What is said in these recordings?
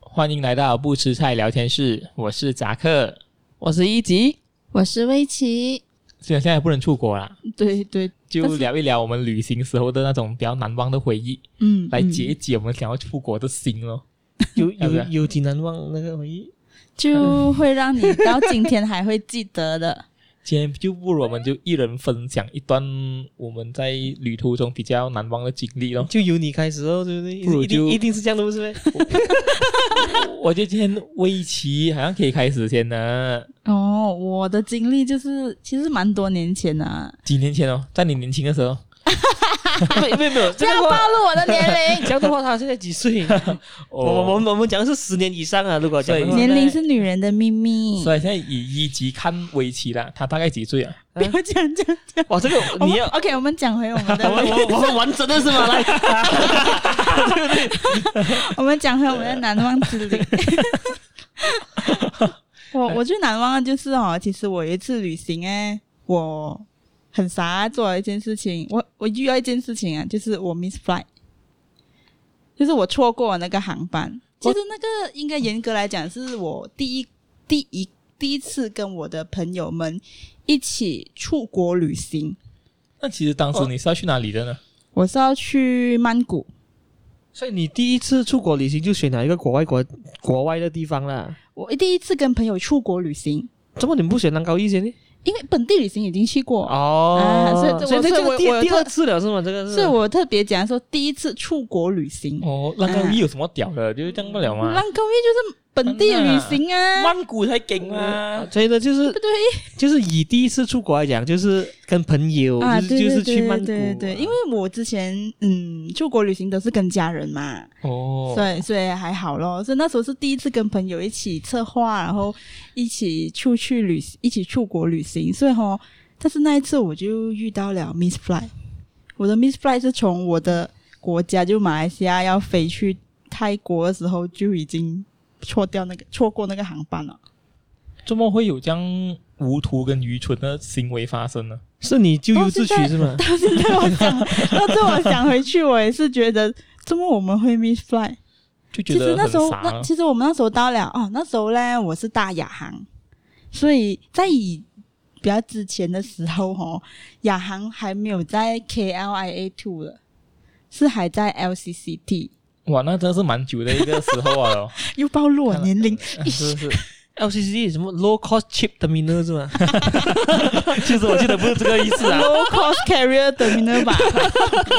欢迎来到不吃菜聊天室，我是扎克。我是一级，我是威奇。虽然现在不能出国啦，对对，就但是聊一聊我们旅行时候的那种比较难忘的回忆，嗯，来嗯解一解我们想要出国的心咯。有要不要有有几难忘那个回忆？就会让你到今天还会记得的。今天就不如我们就一人分享一段我们在旅途中比较难忘的经历咯。就由你开始哦，对不对？不如一定就一定是这样的，不是呗？我觉得今天围棋好像可以开始先啊呢。 哦，我的经历就是其实蛮多年前啊，几年前哦，在你年轻的时候，没有没有没有，不这要样的暴话，露我的年 这样的话，他现在几岁？我我哦我们我们讲的是十年以上啊，如果讲的所龄，以话，年龄是女人的秘密。所以现在以一级看围棋啦，他大概几岁啊？不要 这样这样这样，哇，这个我你们要 OK，我们讲回我们 我们的，我们我们完整的是吗？来， 我们讲回我们的难忘之旅。我我最难忘的就是哦，其实我有一次旅行哎，我很傻做了一件事情，我我遇到一件事情啊，就是我 miss flight，就是我错过了那个航班。其实那个应该严格来讲，是我第一第一第一次跟我的朋友们一起出国旅行，那其实当时你是要去哪里的呢？我是要去曼谷。所以你第一次出国旅行就选了一个国外国国外的地方啦？我第一次跟朋友出国旅行，怎么你们不选南高一些呢？因为本地旅行已经去过，哦啊，所以这我所以这所以个我我第第特二次了是吗？这个所以我特别讲说第一次出国旅行。哦，那个 V 有什么屌的？就是这样不了浪嘛。高一就是本地的旅行啊，曼谷才劲啊！所以呢，就是对不对？就是以第一次出国来讲，就是跟朋友，啊，就是对就对是对去曼谷，对对，因为我之前嗯出国旅行都是跟家人嘛，哦，所以所以还好咯。所以那时候是第一次跟朋友一起策划，然后一起出去旅，一起出国旅行。所以哈，但是那一次我就遇到了 Miss Fly，我的 Miss Fly 是从我的国家就马来西亚要飞去泰国的时候就已经错掉那个错过那个航班了。怎么会有这样无图跟愚蠢的行为发生呢？是你咎由自取是吗？到现在我想，到最后我想回去，我也是觉得，怎么我们会 miss fly？就觉其实得那很时候，傻那了。其实我们那时候到了哦，那时候呢，我是搭亚航，所以在以比较之前的时候哦，亚航还没有在 KLIA two 了，是还在 LCCT，哇，那真的是蛮久的一个时候啊！又暴露我 年龄。是是， LCC 什么 low cost cheap terminal 是吗？ 其实我记得不是这个意思啊， Low cost carrier terminal 吧，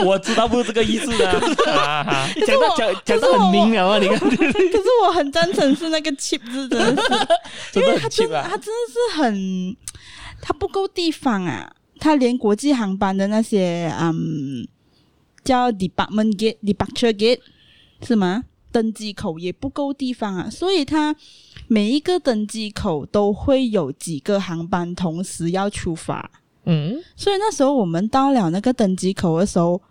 我知道不是这个意思啊。啊哈，是讲到我讲讲到很明了啊，你 看，可是我很赞成是那个 cheap 字真的是真的很他气真的啊吧？他真的是很，他不够地方啊，他连国际航班的那些嗯叫 department gate、departure gate 是吗？登机口也不够地方啊，所以他每一个登机口都会有几个航班同时要出发，嗯，所以那时候我们到了那个登机口的时候，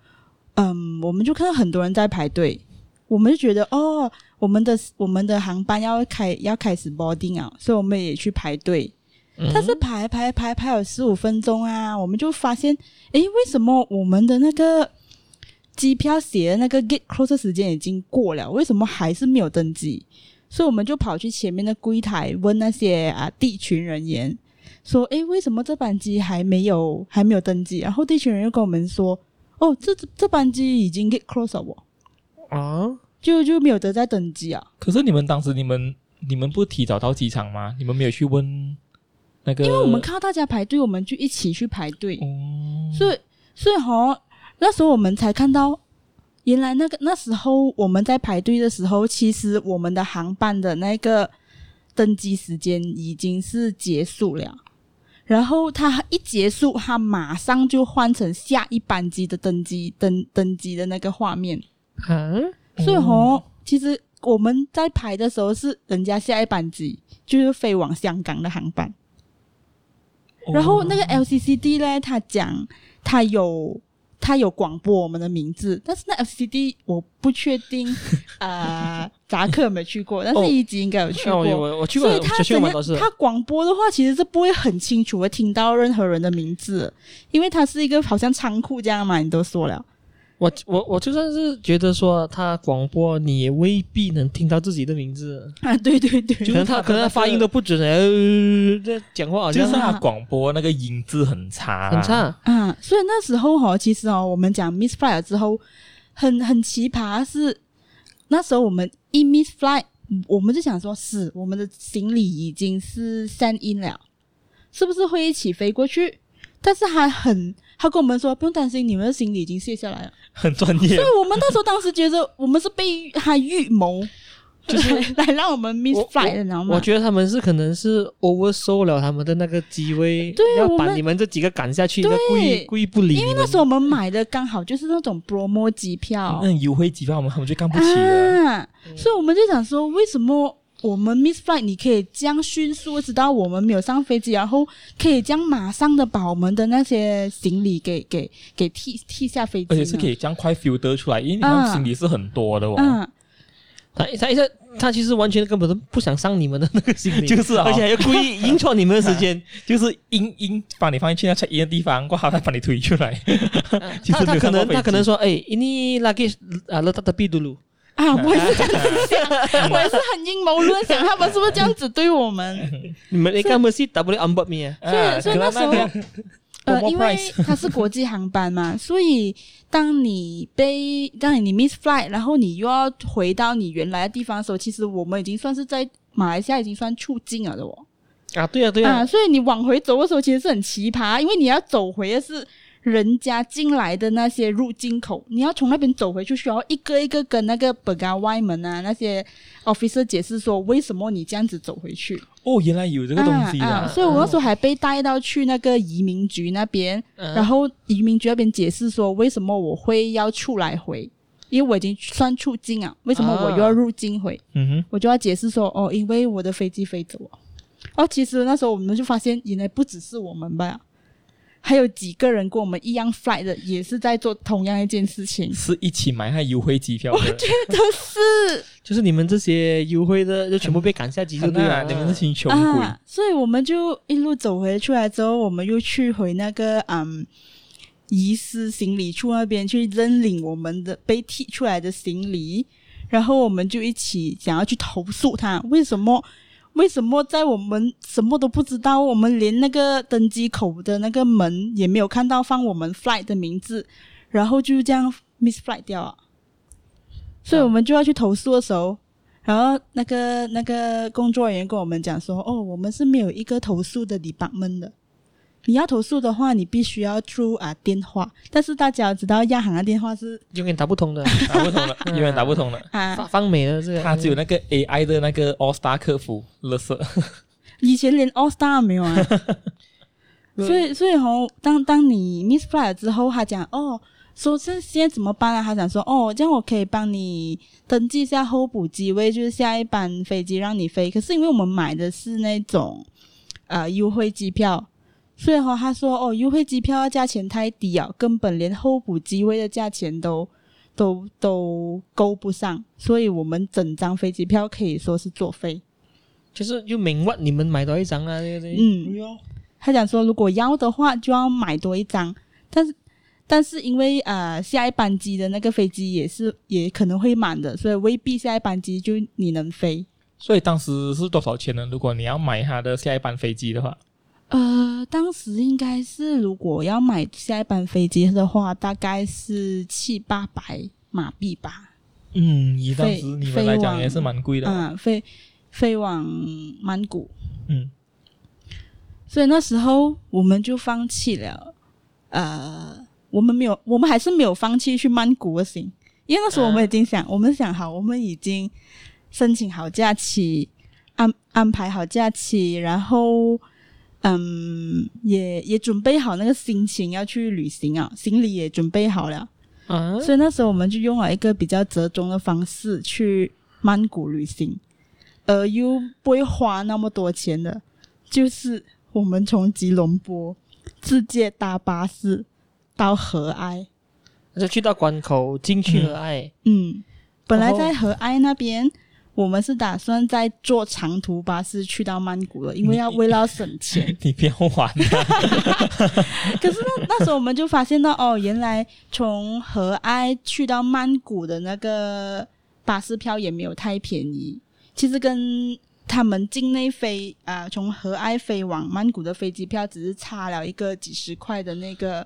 嗯，我们就看到很多人在排队，我们就觉得哦，我们的我们的航班要开要开始 boarding 啊，所以我们也去排队。但是排排排排有十五分钟啊，我们就发现，诶，为什么我们的那个机票写的那个 gate close 的时间已经过了，为什么还是没有登记？所以我们就跑去前面的柜台问那些啊地勤人员，说：“诶，为什么这班机还没有还没有登记？”然后地勤人又跟我们说：“哦，这这班机已经 get close 了哦，啊，就就没有得再登机啊。可是你们当时你们你们不提早到机场吗？你们没有去问那个？因为我们看到大家排队，我们就一起去排队，哦，所以所以吼，那时候我们才看到，原来那个那时候我们在排队的时候，其实我们的航班的那个登机时间已经是结束了。”然后他一结束，他马上就换成下一班机的登机登登机的那个画面，啊，所以吼，其实我们在排的时候是人家下一班机就是飞往香港的航班，哦然后那个 LCCD 呢，他讲他有他有广播我们的名字，但是那 LCD 我不确 定，呃，扎克有没有去过，但哦是一集应该有去啊过。我我我去过，所以我他去怎过样蛮多？次。他广播的话，其实是不会很清楚会听到任何人的名字，因为他是一个好像仓库这样嘛，你都说了。我我我就算是觉得说他广播，你也未必能听到自己的名字，啊，对对对，可能他可能他发音都不准，呃，这讲话好就像是他广播那个音质很差，很。差。啊，所以那时候哈、其实哦，我们讲 Miss Fly 了之后，很很奇葩是，那时候我们一 Miss Fly，我们就想说是我们的行李已经是 send in 了，是不是会一起飞过去？但是他很，他跟我们说不用担心，你们的行李已经卸下来了。很专业所以。我们那时候当时觉得我们是被他预谋，就是 来让我们 Miss 我 Fly 的，你知道吗？我觉得他们是可能是 oversold 了他们的那个机会，对要我把们你们这几个赶下去，那故意故意不理你们。那时候我们买的刚好就是那种 promo 机票，那优惠机票我们他们就干不起了。啊。所以我们就想说，为什么我们 Miss Flight 你可以这样迅速知道我们没有上飞机，然后可以这样马上的把我们的那些行李给给给替替下飞机而呢，且是可以这样快 filter 出来，因为你啊们行李是很多的哦。嗯，他他一下他其实完全根本都不想上你们的那个心理， 就是啊而且还要故意硬错你们的时间。 就是硬硬把你放进去那 check in 的地方，过后再把你推出 来。其 他实他没有可看到能飞机他可能说，哎，ini lagi 啊 letak tepi dulu。 啊，我也是这样子想， 我也是很阴谋论想他们是不是这样子对 我们？你们 ikan mesti tak boleh ambil mi 啊。啊所以那时候可能那个呃， Promo 因为 price 它是国际航班嘛，所以当你被当你 miss flight，然后你又要回到你原来的地方的时候，其实我们已经算是在马来西亚已经算出境了的哦。啊，对啊，对啊，啊，所以你往回走的时候，其实是很奇葩，因为你要走回的是人家进来的那些入境口，你要从那边走回去，需要一个一个跟那个本嘎外门啊那些 officer 解释说为什么你这样子走回去。哦，原来有这个东西啊啊！啊。所以我那时候还被带到去那个移民局那边，嗯然后移民局那边解释说为什么我会要出来回。因为我已经算出境啊，为什么我又要入境回？嗯哼。。我就要解释说，哦，因为我的飞机飞走了。哦，其实那时候我们就发现，原来不只是我们吧，还有几个人跟我们一样 fly 的，也是在做同样一件事 情是一起买那优惠机票的。真的是就是你们这些优惠的就全部被赶下机，就对那了。啊你们这群穷鬼，啊，所以我们就一路走回出来之后，我们又去回那个嗯。遗失行李处那边去认领我们的被踢出来的行李，然后我们就一起想要去投诉他，为什么？为什么在我们什么都不知道，我们连那个登机口的那个门也没有看到放我们 flight 的名字，然后就这样 miss flight 掉啊？所以我们就要去投诉的时候，然后那个那个工作人员跟我们讲说，哦，我们是没有一个投诉的 department 的。你要投诉的话，你必须要 through 啊电话，但是大家知道亚航的电话是啊永远打 不通的，打不通了，永远打不通了。啊，放放美了这个。他只有那个 AI 的那个 All Star 客服，乐色。以前连 All Star 没有啊，所以所以吼，当当你 miss fly 了之后，他讲哦，说这现在怎么办啊？他讲说哦，这样我可以帮你登记一下候补机位，就是下一班飞机让你飞。可是因为我们买的是那种呃优惠机票。所以哈，他说哦，优惠机票的价钱太低啊，根本连候补机位的价钱都都都勾不上，所以我们整张飞机票可以说是作废。就是就明what 你们买到一张啊，对不对？嗯，他讲说，如果要的话，就要买多一张，但是但是因为呃下一班机的那个飞机也是也可能会满的，所以未必下一班机就你能飞。所以当时是多少钱呢？如果你要买他的下一班飞机的话，呃，当时应该是如果要买下一班飞机的话，大概是七八百马币吧。嗯，以当飞时你们来讲也是蛮贵的。嗯，飞飞往曼谷，嗯，所以那时候我们就放弃了。呃，我们没有，我们还是没有放弃去曼谷的行，因为那时候我们已经想，我们想好，我们已经申请好假期，安安排好假期，然后嗯，也也准备好那个心情要去旅行啊，行李也准备好了。啊，所以那时候我们就用了一个比较折中的方式去曼谷旅行，而又不会花那么多钱的，就是我们从吉隆坡直接搭巴士到和埃，就去到关口进去了，哎，嗯，本来然后在和埃那边，我们是打算在坐长途巴士去到曼谷了，因为要为了要省钱。你不要玩啊了，可是那 那时候我们就发现到，哦，原来从和埃去到曼谷的那个巴士票也没有太便宜，其实跟他们境内飞啊、从和埃飞往曼谷的飞机票只是差了一个几十块的那个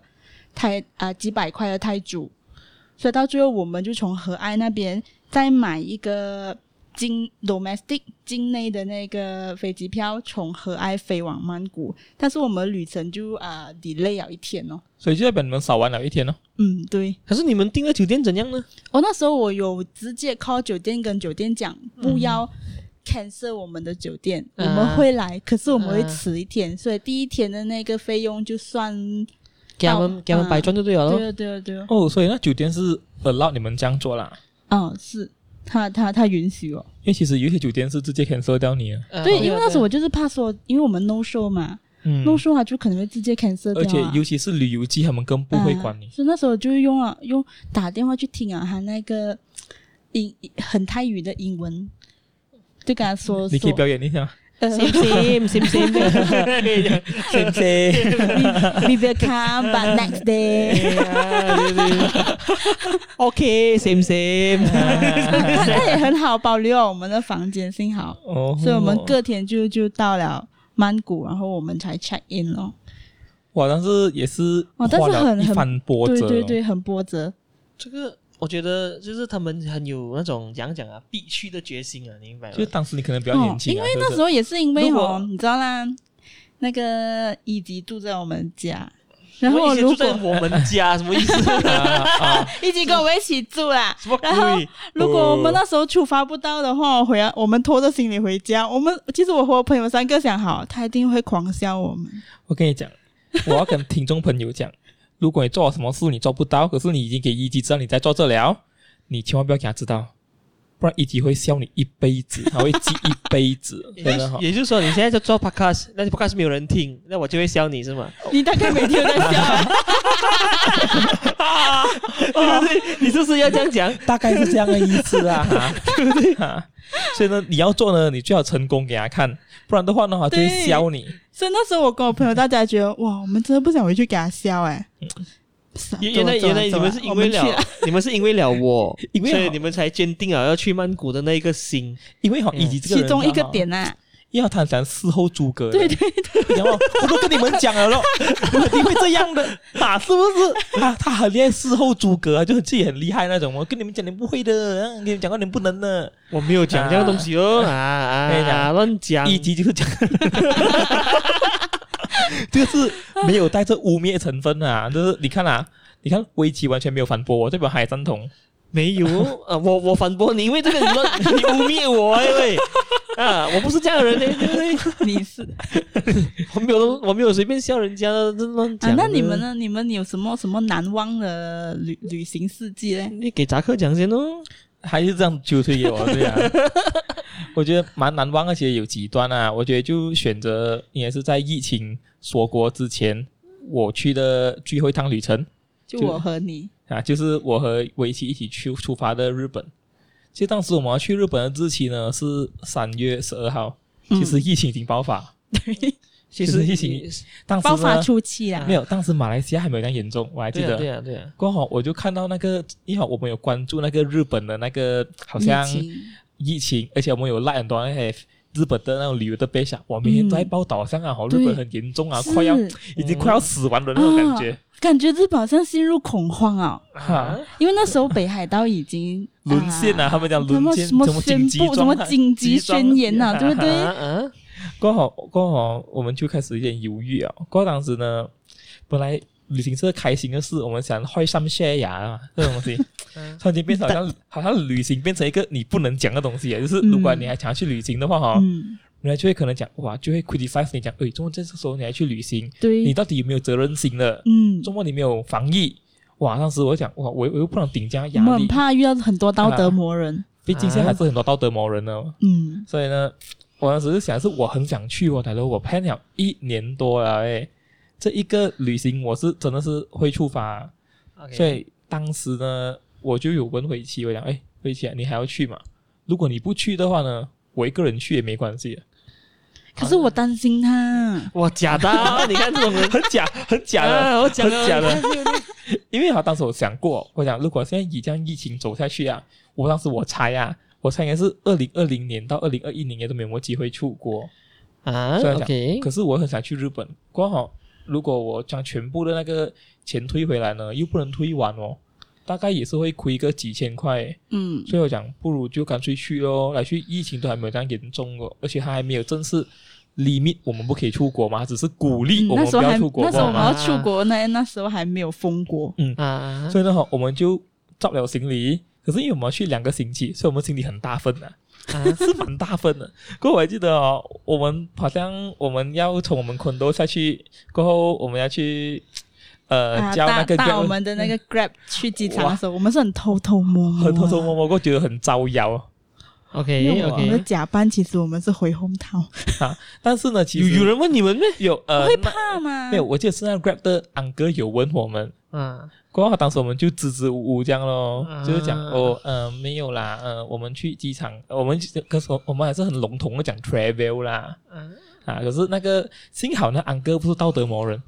泰啊、几百块的泰铢，所以到最后我们就从和埃那边再买一个。境 domestic 境内的那个飞机票从和埃飞往曼谷，但是我们旅程就啊、delay 了一天哦。所以就代表你们少玩了一天哦。嗯，对。可是你们订的酒店怎样呢？我、那时候我有直接 call 酒店跟酒店讲不要 cancel 我们的酒店，我啊们会来，可是我们会啊迟一天，所以第一天的那个费用就算给他们到给他们嗯摆赚就对了对咯。了对了对了，啊哦，所以那酒店是 allow 你们这样做啦，哦是。他他他允许哦，因为其实有一些酒店是直接 cancel 掉你的，啊对，因为那时候我就是怕说，因为我们 no show 嘛、嗯 n o show 他就可能会直接 cancel 掉、而啊，且尤其是旅游季，他们更不会管你啊。所以那时候就用了用打电话去听啊，他那个英很泰语的英文，就跟他说你可以说，表演一下吗，呃 same same same same same same， we will come but next day。 OK same same，他他也很好，保留了我们的房间，幸好， 哦，所以我们隔天就就到了曼谷，然后我们才 check in 咯。哇，但是也是哦但是花了很一番波对折哦，对对，很波折。 这个我觉得就是他们很有那种讲讲啊，必去的决心啊，你明白吗就？当时你可能比较年轻、啊哦因为那时候候也是因为如哦果，你知道啦，那个一级住在我们家，然后我以前如住在果我们家，什么 意思？一级跟我一起住啦，什么然后鬼？如呃果我们那时候处罚不到的话，我回来我们拖着行李回家。我们其实我和我朋友三个想好，他一定会狂笑我们。我跟你讲，我要跟听众朋友讲，如果你做了什么事你做不到，可是你已经给一级知道你在做这了，你千万不要给他知道，不然一级会笑你一辈子，他会记一辈子，也真就的是哈、也就是说，你现在在做 podcast，那 podcast 没有人听，那我就会笑你是吗？你大概每天都在笑啊。 哦你是不是要这样讲？大概是这样的意思啊，哈对不 对啊？所以呢，你要做呢，你最好成功给他看，不然的话呢，他就会对笑你。所以那时候我跟我朋友大家觉得，哇，我们真的不想回去给他笑哎、原原来走啊原来你走啊们是因为我们去了你们是因为了我，因为所以好你们才坚定了要去曼谷的那一个心。因为哈，嗯以及这个 其人中一个哈，点呐、因为他很喜欢事后诸葛的，对对然后我都跟你们讲 了咯，我肯定会这样的啊，是不是？啊，他很厉害，事后诸葛，啊就是自己很厉害那种。我跟你们讲，你们不会的，啊跟你们讲过你们不能的，我没有讲这样东西哦啊啊跟你啊！讲乱讲，一集就是讲。 这个是没有带着污蔑成分啊，就是你看啊，你看危机完全没有反驳我，这边还赞同。没有啊！我我反驳你，因为这个你乱 你污蔑我哎喂啊！我不是这样的人嘞，对不对？你 是啊我没有我没有随便笑人家的，乱啊讲。？那你们？呢？你们有什么什么难忘的旅旅行事迹嘞？你给扎克讲先哦。还是这样揪推给我，对 啊。我觉得蛮难忘，而且有极端啊。我觉得就选择应该是在疫情锁国之前，我去的最后一趟旅程就就我和你，啊，就是我和维奇一起去出发的日本。其实当时我们要去日本的日期呢是三月十二号，嗯嗯其实疫情已经爆发。其就是实疫情你当时爆发呢初期啊啦没，有，当时马来西亚还没有那样严重，我还记对啊得。对啊对啊，刚好我就看到那个，因为我们有关注那个日本的那个，好像疫情疫情，而且我们有 like 很多那些日本的那种旅游的 page 啊，哇，每天都在报道上啊，好、嗯对日本很严重啊，快要是啊已经快要死完的那种感觉，感觉日本好像陷入恐慌啊、啊，因为那时候北海道已经 沦陷啊，他们讲什沦么陷，什么宣紧急布什状么态紧急宣言呐、啊对不啊对？啊！过后过后，我们就开始有点犹豫啊。过后当时呢，本来旅行社开心的事，我们想坏上血牙啊，这种东 西，嗯突然间变成好像好像旅行变成一个你不能讲的东西啊，就是如果嗯你还想要去旅行的话哈、嗯，人家就会可能讲哇，就会 criticize 你讲，诶，中国这时候你还去旅行，你对，到底有没有责任心的？嗯，中国你没有防疫，哇！当时我就讲哇，我我又不能顶这样我压们很力，怕遇到很多道德魔人，毕竟现在还是很多道德魔人呢。 嗯，所以呢，我当时就想是我很想去哦，大佬，我 plan 了一年多了诶，这一个旅行我是真的是会触发，哎 OK 所以当时呢，我就有问回琪，我讲诶，回琪、啊，你还要去吗？如果你不去的话呢，我一个人去也没关系，可是我担心他，哇，假的啊、 你看这种人很假，很假的。啊，我讲很假的，因为好，当时我想过，我想如果现在以这样疫情走下去啊，我当时我猜啊，我猜应该是二零二零年到二零二一年也都没有什么机会出国。啊虽然讲，OK，可是我很想去日本，刚好如果我将全部的那个钱退回来呢，又不能退完哦，大概也是会亏个几千块。嗯所以我讲，不如就干脆去咯，来去疫情都还没有这样严重哦，而且它还没有正式 limit 我们不可以出国嘛，它只是鼓励嗯我那们时不候要还出国那时候我嘛们要出国，那那时候还没有封国，嗯啊，所以呢，哈，我们就照了行李。可是因为我们要去两个星期，所以我们行李很大份的、 啊 是蛮大份的。过后我还记得哦，我们好像我们要从我们昆都下去，过后我们要去呃、啊，交那搭个搭 Grab 我们的 那个 Grab 去机场哇的时候，我们是很偷偷摸摸啊，很嗯偷偷摸摸，过后觉得很招摇啊。因为哎 OK 我们的 OK，假扮其实我们是回红桃，但是呢，其有实有人问你们咩？有呃嗯会那怕吗？没有，，我记得是那个 Grab 的安哥有问我们，啊，过后当时我们就支支吾吾这样咯，啊就是讲哦，呃，没有啦，呃，我们去机场，我们可是我们还是很笼统的讲 travel 啦，嗯啊，可是那个幸好那安哥不是道德魔人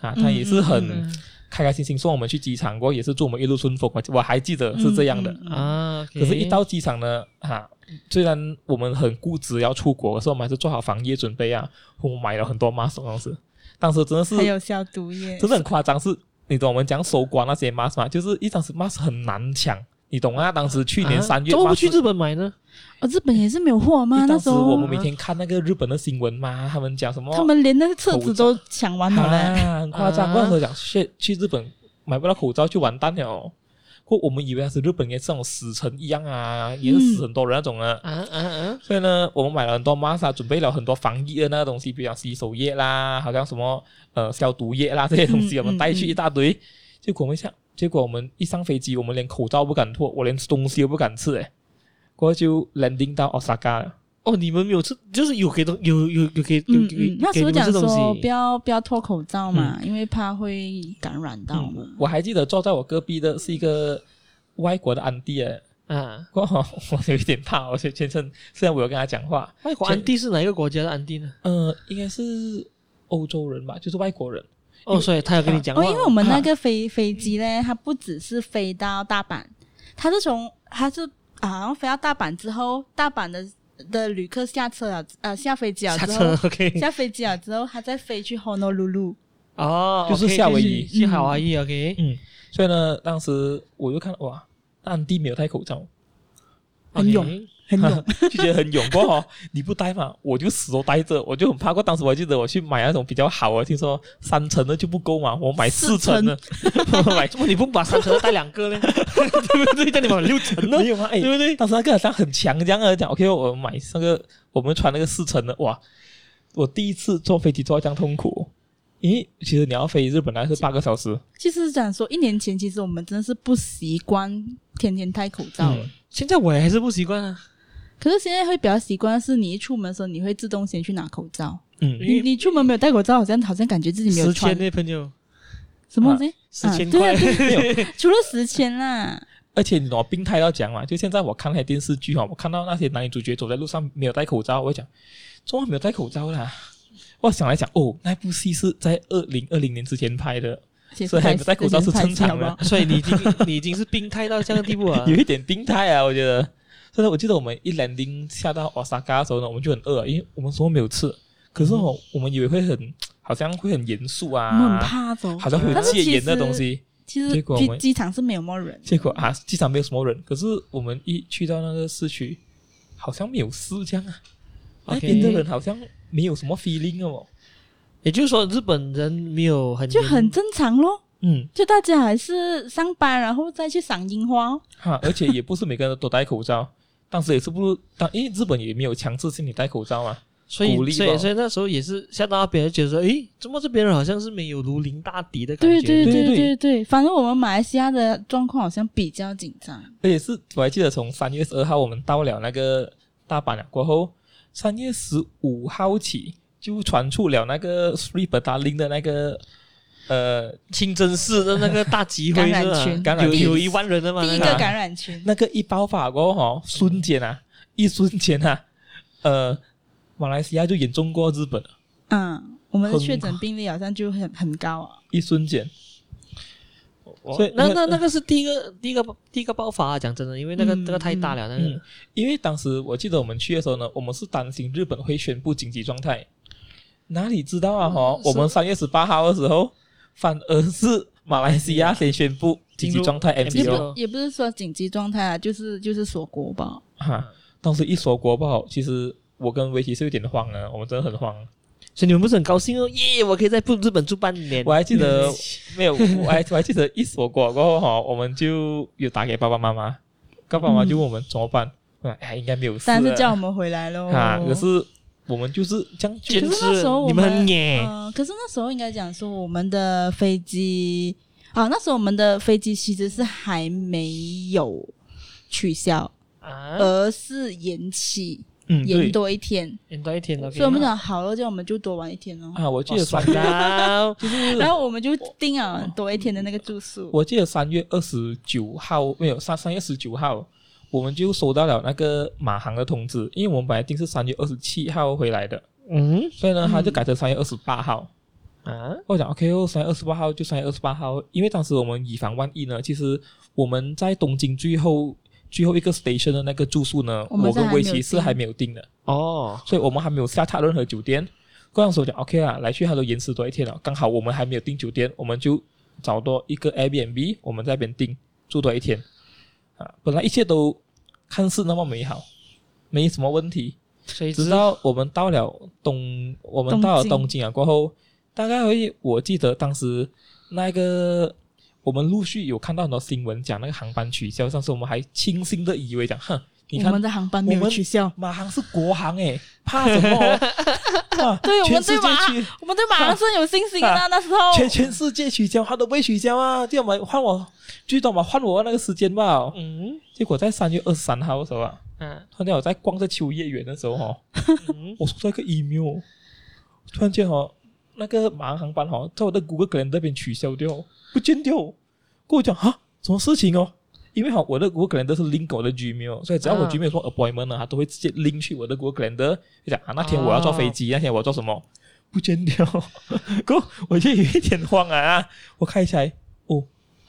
啊，他也嗯是很开开心心送我们去机场，过后也是祝我们一路顺风，我我还记得是这样的。嗯，嗯嗯啊，可是，一到机场呢，啊，虽然我们很固执要出国，可是我们还是做好防疫准备啊，我们买了很多 mask 当时，当时真的是还有消毒液，真的很夸张，是你懂我们讲收刮那些 mask 吗？就是一张是 mask 很难抢，你懂啊？当时去年三月，怎么不去日本买呢？哦，日本也是没有货吗？那当时时候我们每天看那个日本的新闻嘛，他们讲什么？他们连那个册子都抢完了哎嘞。啊，很夸张。啊我那时候讲去去日本买不到口罩就完蛋了哦。或我们以为它是日本也是那种死城一样啊，也是死很多人那种啊。啊啊啊！所以呢，我们买了很多 mask，、啊、准备了很多防疫的那个东西，比如讲洗手液啦，好像什么呃消毒液啦这些东西，嗯我们带去一大堆。结果我们一下，结果我们一上飞机，我们连口罩不敢脱，我连东西都不敢吃，诶，哎过后就 landing 到 Osaka 了。哦，你们没有吃，就是有给东有有有给有嗯给嗯，那给时候你们讲吃东说不西嗯要不要脱口罩嘛，因为怕会感染到嘛。我还记得坐在我隔壁的是一个外国的安迪，诶，啊？过后我有一点怕，我就全身，虽然我有跟他讲话，外国安迪是哪一个国家的安迪呢？呃，应该是欧洲人吧，就是外国人。哦，所以他有跟你讲话哦，因为我们那个飞飞机嘞，它不只是飞到大阪，它是从它是啊，好像飞到大阪之后，大阪的的旅客下车了，呃，下飞机了下之车 后，OK 下飞机了啊之后，它再飞去 Honolulu。哦，就是 OK，夏威夷去去夏威夷 OK 嗯，所以呢，当时我就看哇，那安迪没有戴口罩，很勇 OK 很勇， 就觉得很勇。过 后你不戴嘛，我就死都戴着，我就很怕。过当时我还记得我去买那种比较好的，听说三层的就不够嘛，我买四层的， 我买怎么你不把三层的带两个呢？对不对？叫你买六层呢没？有吗？哎，对不对？当时那个好像很强，这样的讲，OK，我买那个我们穿那个四层的，哇，我第一次坐飞机坐到这样痛苦。因为其实你要飞日本来是八个小时，其实讲说一年前，其实我们真的是不习惯天天戴口罩了。嗯现在我还是不习惯啊，可是现在会比较习惯，是你一出门的时候，你会自动先去拿口罩。嗯，因为你你出门没有戴口罩，好像好像感觉自己没有十穿千啊那朋友，什么东西，十千啊块对啊对啊没 有除了十千啦，而且你懂吗病态到讲嘛，就现在我看那些电视剧哈，我看到那些男女主角走在路上没有戴口罩，我会讲，怎么没有戴口罩啦？我想来讲，哦，那部戏是在二零二零年之前拍的，其所实以还没戴口罩是正常的的。所以你已经你已经是病态到这样的地步啊 有！一点病态啊，我觉得。所以我记得我们一 landing 下到 Osaka 的时候呢，我们就很饿，因为我们什么没有吃，可是哦，我们以为会很好像会很严肃我嗯们很啊，怕走，好像会有但是戒其严的实东西。其实结果我机们机场是没有么人，结果啊，机场没有什么人，可是我们一去到那个市区，好像没有事这样啊。那 OK 边的人好像没有什么 feeling 哦。也就是说，日本人没有很就很正常咯。嗯，就大家还是上班，然后再去赏樱花哦。哈，而且也不是每个人都戴口罩，当时也是不当，因为日本也没有强制性你戴口罩嘛。所鼓以励所吧以所以那时候也是下到那边就觉得说，诶，怎么这边人好像是没有如临大敌的感对觉？对对对对对对，反正我们马来西亚的状况好像比较紧张。而且是我还记得从三月十二号我们到了那个大阪了过后，三月十五号起就传出了那个 Three b a t a l i n 的那个呃清真寺的那个大集会感是染群吧？感染有群有一万人的嘛？第一那个感染群，那个一爆发过后、哦，瞬间啊，一瞬间啊，呃，马来西亚就严重过日本了，嗯，我们的很确诊病例好像就很很高啊。一瞬间。所所以以哦那那那那个是第一个第一个第一个爆发、啊，讲真的，因为那个、嗯那个太大了，那嗯个，因为当时我记得我们去的时候呢，我们是担心日本会宣布紧急状态，哪里知道啊哈、嗯是我们三月十八号的时候，反而是马来西亚先宣布紧急哦状态嗯进也入 MCO 不也不是说紧急状态啊，就是就是锁国吧。啊。当时一说国不好，其实我跟维奇是有点慌啊，我们真的很慌。所以你们不是很高兴哦？耶，我可以在不日本住半年我。还记得 没有，我还我还记得一锁国过后哈，我们就有打给爸爸妈妈，爸爸妈妈就问我们怎么办，我讲哎应该没有事啊，嗯但是叫我们回来喽。啊，可是我们就是这样坚去可是那持哦时候，我你们很们野，嗯，可是那时候应该讲说我们的飞机啊，那时候我们的飞机其实是还没有取消，啊，而是延期，嗯对延多一天。演到一天了，所以我们讲好了，就我们就多玩一天哦。啊，我记就得爽三月，到就是然后我们就订了多一天的那个住宿。我记得三月二十九号没有三三月十九号，我们就收到了那个马航的通知，因为我们本来定是三月二十七号回来的， 嗯所以呢，他就嗯改成三月二十八号。啊，我讲 OK 哦，三月二十八号就三月二十八号，因为当时我们以防万一呢，其实我们在东京最后最后一个 station 的那个住宿呢，我我们是跟还威没有奇是定还没有定的，哦，所以我们还没有下榻任何酒店。过两时我讲 OK 啊，来去他都延迟多一天了，刚好我们还没有订酒店，我们就找多一个 Airbnb，我们在那边订住多一天。啊，本来一切都看似那么美好，没什么问题，谁直知道？到我们到了东，我们东到了京东京啊过后，大概会我记得当时那个我们陆续有看到很多新闻讲那个航班取消，上次我们还庆幸的以为讲，哼，你我看们的航班没我有们取消，马航是国航诶，怕什 么哦？啊对我全们世对马哦界取我们对马航是有信心的啊。那时候全全世界取消，他都不会取消啊！这样嘛，换我最多嘛换我那个时间吧。嗯结果在三月二十三号的时候啊，啊，他那我在逛这秋叶原的时候哦。嗯我收到一个 email，突然间哦，那个马航航班哦，在我的 Google Calendar 那边取消掉，不见掉。跟我讲啊，什么事情哦？因为哈，我的 Google Calendar 是 link 跟我的 Gmail，所以只要我啊 Gmail 说 appointment 呢，它都会直接 link 去我的 Google Calendar，就讲啊，那天我要坐飞机，那天我要做什么，不见掉。 哥，我就有一点慌啊！我看一下，哦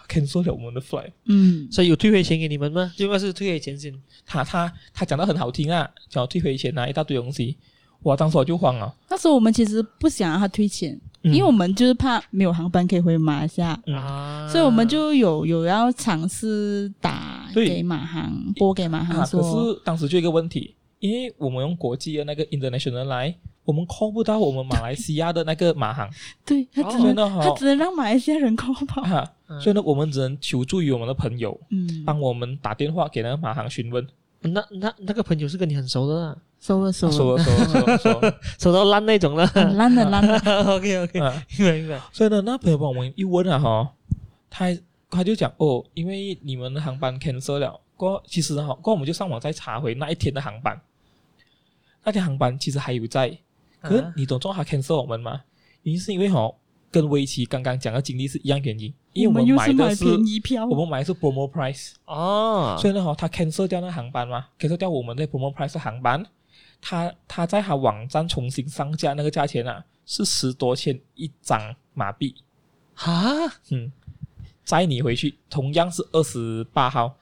，cancel 了我们的 flight。嗯，所以有退回钱给你们吗？应该是退回钱先。他他他讲的很好听啊，讲我退回钱啊，一大堆东西。哇，当时我就慌啊了，那时候我们其实不想让他退钱，嗯因为我们就是怕没有航班可以回马来西亚，嗯啊，所以我们就有有要尝试打对给马航，拨给马啊，航可说，是当时就有一个问题，因为我们用国际的那个 international 来，我们 call 不到我们马来西亚的那个马航，对他只所以能呢，哦他哈、只能让马来西亚人 call 吧。啊，嗯所以呢，我们只能求助于我们的朋友，嗯，帮我们打电话给那个马航询问，那那那个朋友是跟你很熟的啦，收了收说了，说说说， 熟到烂那 种了。很烂的烂的， OK OK，啊，明白明白。所以呢，那朋友帮我们一问啊，哈，他他就讲哦，因为你们的航班 cancel 了，过后其实呢哈，过后我们就上网再查回那一天的航班，那天航班其实还有在。可是啊你懂中华 cancel 我们吗？原因是因为哈、跟威奇刚刚讲的经历是一样原因， 因为们我又买的买是便宜啊票我，们买的是 promo price，、哦，所以呢哈、他 cancel 掉那航班嘛，cancel 掉我们的 promo price 的航班，他他在他网站重新上架那个价钱啊是十多千一张马币，啊，嗯，载你回去同样是二十八号，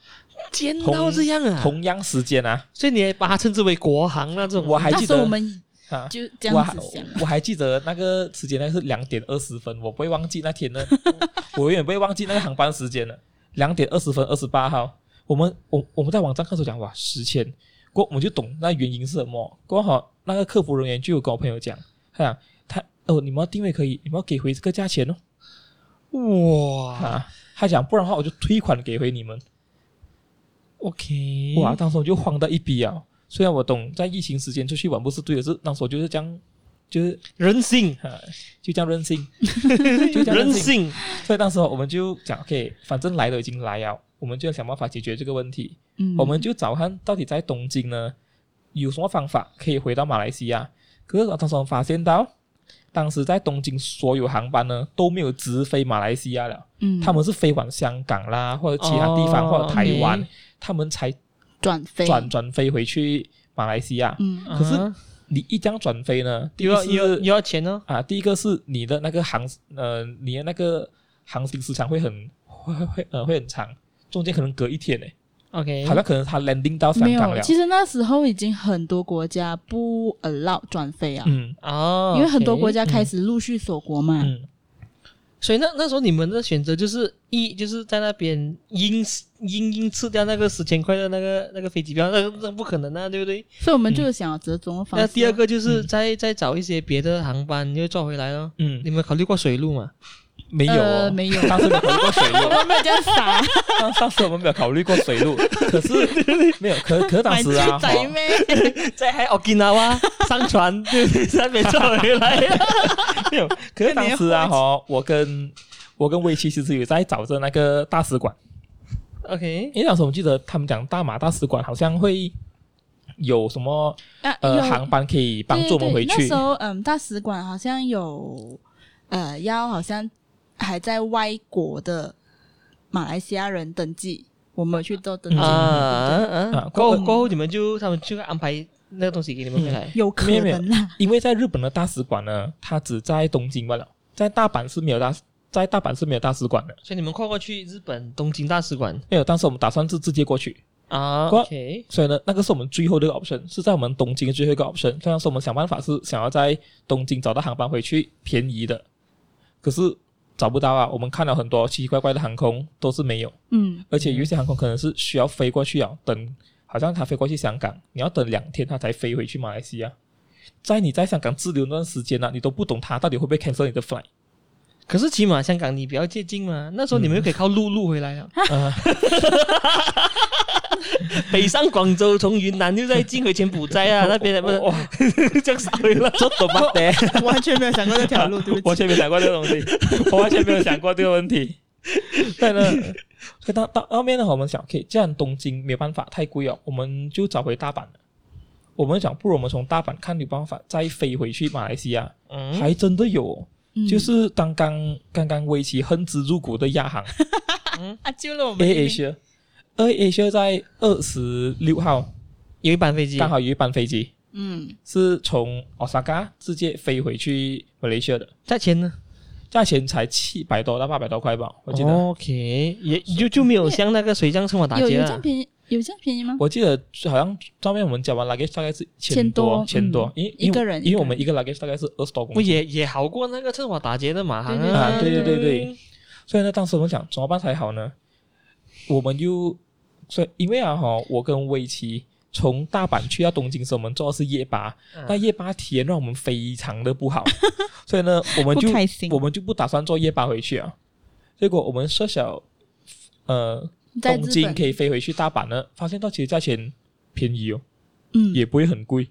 尖到这样啊！同样时间啊，所以你还把它称之为国行那种，我还那记时候我得们啊。就这我样还子想。我还记得那个时间，那是两点二十分，我不会忘记那天的， 我永远不会忘记那个航班时间了。两点二十分，二十八号，我们我我们在网站看时候讲哇十千，过后我们就懂那原因是什么。过后好那个客服人员就有跟我朋友讲，他讲他哦你们要定位可以，你们要给回这个价钱哦哇啊。他讲不然的话我就退款给回你们。 ，OK，哇，当时我就慌到一逼啊！虽然我懂在疫情时间出去玩不是对的，是当时我就是这样，就是、人性，啊、就这样任性。就这样人任性，所以当时我们就讲，OK，反正来都已经来了，我们就要想办法解决这个问题。嗯，我们就找看到底在东京呢有什么方法可以回到马来西亚。可是当时我们发现到，当时在东京所有航班呢都没有直飞马来西亚了，嗯他们是飞往香港啦，或者其他地方，哦或者台湾 OK，他们才转飞，转转飞回去马来西亚。嗯可是啊你一张转飞呢，第一又要又要是又要钱哦呢？啊，第一个是你的那个航呃，你的那个航行时长会很会会呃会很长，中间可能隔一天呢、 OK，好像可能他 landing 到香没港了有。。其实那时候已经很多国家不 allow 转飞啊，嗯哦，因为很多国 OK 家开始陆续锁国嘛。嗯，所以那那时候你们的选择就是一就是在那边硬硬硬吃掉那个十千块的那个那个飞机票，那那不可能啊，对不对？所以我们就想要折中的方式。那第二，个就是嗯再、再找一些别的航班又转回来咯。嗯，你们考虑过水路吗？没有、哦呃，没有当时没有考虑过水路，我没有这样傻，当当时我们没有考虑过水路，可是没有，可可是当时啊，仔哈妹， 在还 Okinawa 上船，对不对？在那边转回来。没有，可是当时啊，哈，我跟我跟魏七其实有在找着那个大使馆， OK，因为当时我记得他们讲大马大使馆好像会有什么啊呃有航班可以帮助我们回对对那去时，候，嗯，大使馆好像有呃要好像还在外国的马来西亚人登记，我们有去做登记。嗯啊啊啊！过后嗯过过后你们就他们就安排那个东西给你们回来。有可没有能啊啦，因为在日本的大使馆呢，它只在东京罢了，在大阪是没有大在大阪是没有大使馆的，所以你们跨过去日本东京大使馆没有，当时我们打算是直接过去，啊过？OK，所以呢，那个是我们最后的一个 option，是在我们东京的最后一个 option。虽然说我们想办法是想要在东京找到航班回去便宜的，可是找不到啊。我们看了很多奇奇怪怪的航空都是没有， 嗯，而且有一些航空可能是需要飞过去啊，等好像它飞过去香港，你要等两天它才飞回去马来西亚。在你在香港滞留那段时间啊呢、你都不懂它到底会不会 cancel 你的 flight。可是起码香港你比较接近嘛，那时候你们又可以靠陆路回来了。啊呃北上广州，从云南又再进回柬埔寨 啊，那边的不是 哇，这样杀回来，这怎么得？完全没有想过这条路，对我完不起。全没想过这个东西， 我完全没有想过这个问题。对了，所以到到后面呢，我们想，OK，既然东京没有办法太贵哦，我们就找回大阪了。我们想，不如我们从大阪看有办法再飞回去马来西亚，嗯，还真的有哦，嗯就是刚刚刚刚威奇恨之入骨的亚航啊，救了我们 A 一命。 Asia，二 Asia 在二十六号 有一班飞机啊刚好有一班飞机嗯，是从 Osaka 直接飞回去马来西亚的，价钱呢？价钱才七百多到八百多块吧，我记得。哦 OK，也就就没有像那个水江春晚打啊有劫有这样了。便宜，有这样便宜吗？我记得好像上面我们讲完 luggage 大概是千千多嗯千多，因为一个人因为一个人我们一个 luggage 大概是二十多公不斤，也也好过那个趁瓦打劫的马航啊啊！对对对对，所以呢，当时我们想怎么办才好呢？我们又所以因为啊哈，我跟威奇从大阪去到东京的时候，我们坐的是夜巴，嗯那夜巴体验让我们非常的不 好，所以呢，我们不就开心我。们就不打算坐夜巴回去啊。结果我们设想，呃，在东日京本可以飞回去大阪呢，发现到其实价钱便宜哦。嗯，也不会很贵，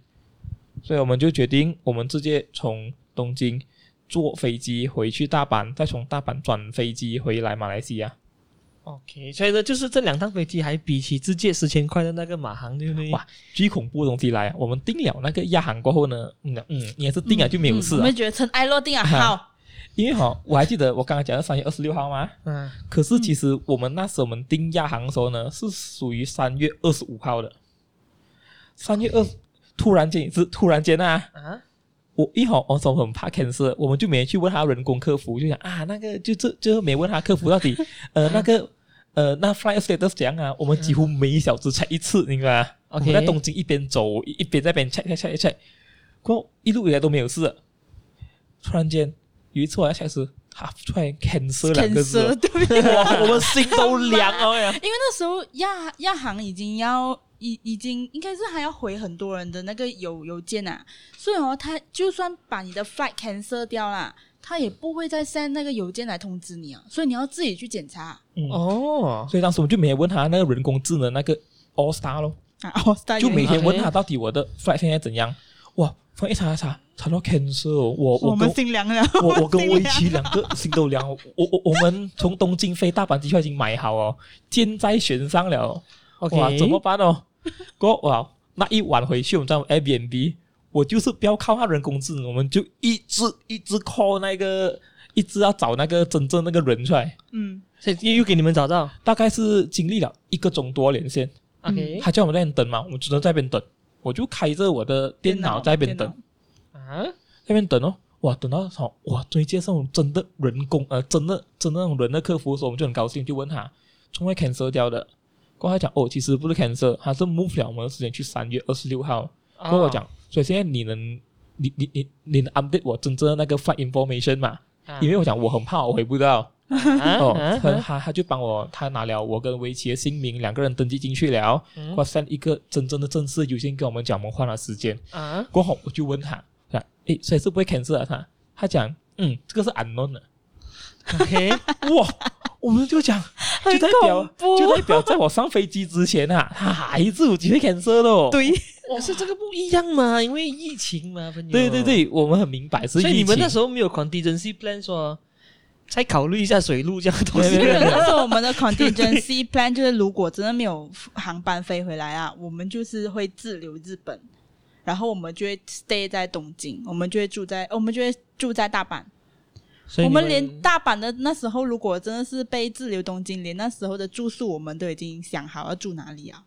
所以我们就决定，我们直接从东京坐飞机回去大阪，再从大阪转飞机回来马来西亚。 OK，所以呢，就是这两趟飞机还比起直接四千块的那个马航，对不对？哇最恐怖的东西来啊，我们订了那个亚航过后呢，嗯嗯，也是订了就没有事嗯我啊，们觉得尘埃落定啊，好，因为哈，我还记得我刚刚讲的三月二十六号嘛，嗯，可是其实我们那时我们订亚航的时候呢，是属于三月二十五号的，三月二，突然间也是突然间啊，啊，我一好，我总很怕 cancer，我们就没去问他人工客服，就想啊，那个就这就没问他客服到底，呃，那个呃，那 flight status 怎样啊？我们几乎每一小时 check 一次，你明白吗 OK 我们在东京一边走一一边在那边 check check check check，过后一路以来都没有事。突然间有一次我在 check 时，啊，突然 cancer 两个字蛇，哦，对不对？。哇，我们心都凉了呀因为那时候亚亚航已经要已已经应该是还要回很多人的那个邮邮件啊，所以哦，他就算把你的 flight cancel 掉啦，他也不会再 send 那个邮件来通知你啊，所以你要自己去检查嗯， 哦，所以当时我们就没有问他那个人工智能那个 All Star 咯。啊。哦，大就约每天问 OK 他到底我的 flight 现在怎样。哇，反正一查一查，查到 cancer，哦我我我跟们心凉了，我我 跟心威凉奇两个心都凉。我我我们从东京飞大阪机票已经买好哦，箭在弦上了哦。 OK，哇，怎么办哦？过后哇，那一晚回去我们在 Airbnb，我就是不要靠他人工智能，我们就一直一直 call 那个，一直要找那个真正那个人出来。嗯，所以又又给你们找到大概是经历了一个钟多连线， OK 他叫我们在那边等嘛，我们只能在那边等。我就开着我的电脑在那边等，啊，在那边等哦。哇，等到好哇，终于见上真的人工呃，真的真的那种人的客服的时候，我们就很高兴，就问他从外 cancel 掉的。过后他讲哦，其实不是 cancel，他是 move 了我们的时间去三月二十六号。啊跟我讲，所以现在你能，你你你你能 update 我真正的那个 flight information 嘛？啊，因为我讲我很怕我回不到啊哦啊，他他他就帮我，他拿了我跟维奇的姓名，两个人登记进去了，嗯我 send 一个真正的正式邮件跟我们讲，我们换了时间。啊过后我就问他，他讲诶，所以是不会 cancel 啊？他他讲，嗯，这个是 unknown 的。 ，OK， 哇，我们就讲，就代表很恐怖就代表在我上飞机之前啊，他还是有机会 cancel 的、哦。对，可是这个不一样嘛，因为疫情嘛，朋友。对对。对，我们很明白，是所以你疫情们那时候没有 contingency plan 说，再考虑一下水路这样的东没西有因没有为那时候我们的 contingency plan 就是，如果真的没有航班飞回来啊，我们就是会滞留日本，然后我们就会 stay 在东京，我们就会住在，我们就会住在大阪。 所以我你们连大阪的那时候，如果真的是被滞留东京，连那时候的住宿我们都已经想好要住哪里啊。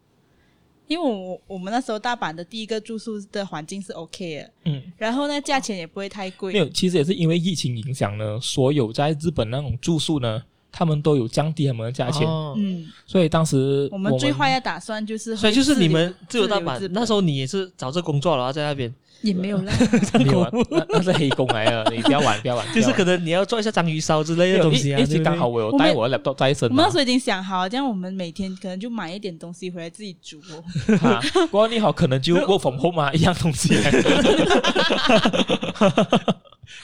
因为我我们那时候大阪的第一个住宿的环境是 OK 的，嗯。然后呢价钱也不会太贵没。有，其实也是因为疫情影响呢，所有在日本那种住宿呢，他们都有降低他们的价钱，哦嗯，所以当时我们最坏的打算就是会滞留，所以就是你们自由大滞阪留日本那时候你也是找这工作了啊，在那边也没有啦。没有啊， 那那是黑工来的，你不要玩，不要玩， 就是可能能你要做一下章鱼烧之类的东西啊，一对直不对刚好我有我们带我的 laptop 在身啊我们嘛那时，候已经想好，这样我们每天可能就买一点东西回来自己 煮哦。哈不过啊你好，可能就 work from home 啊，一样东西，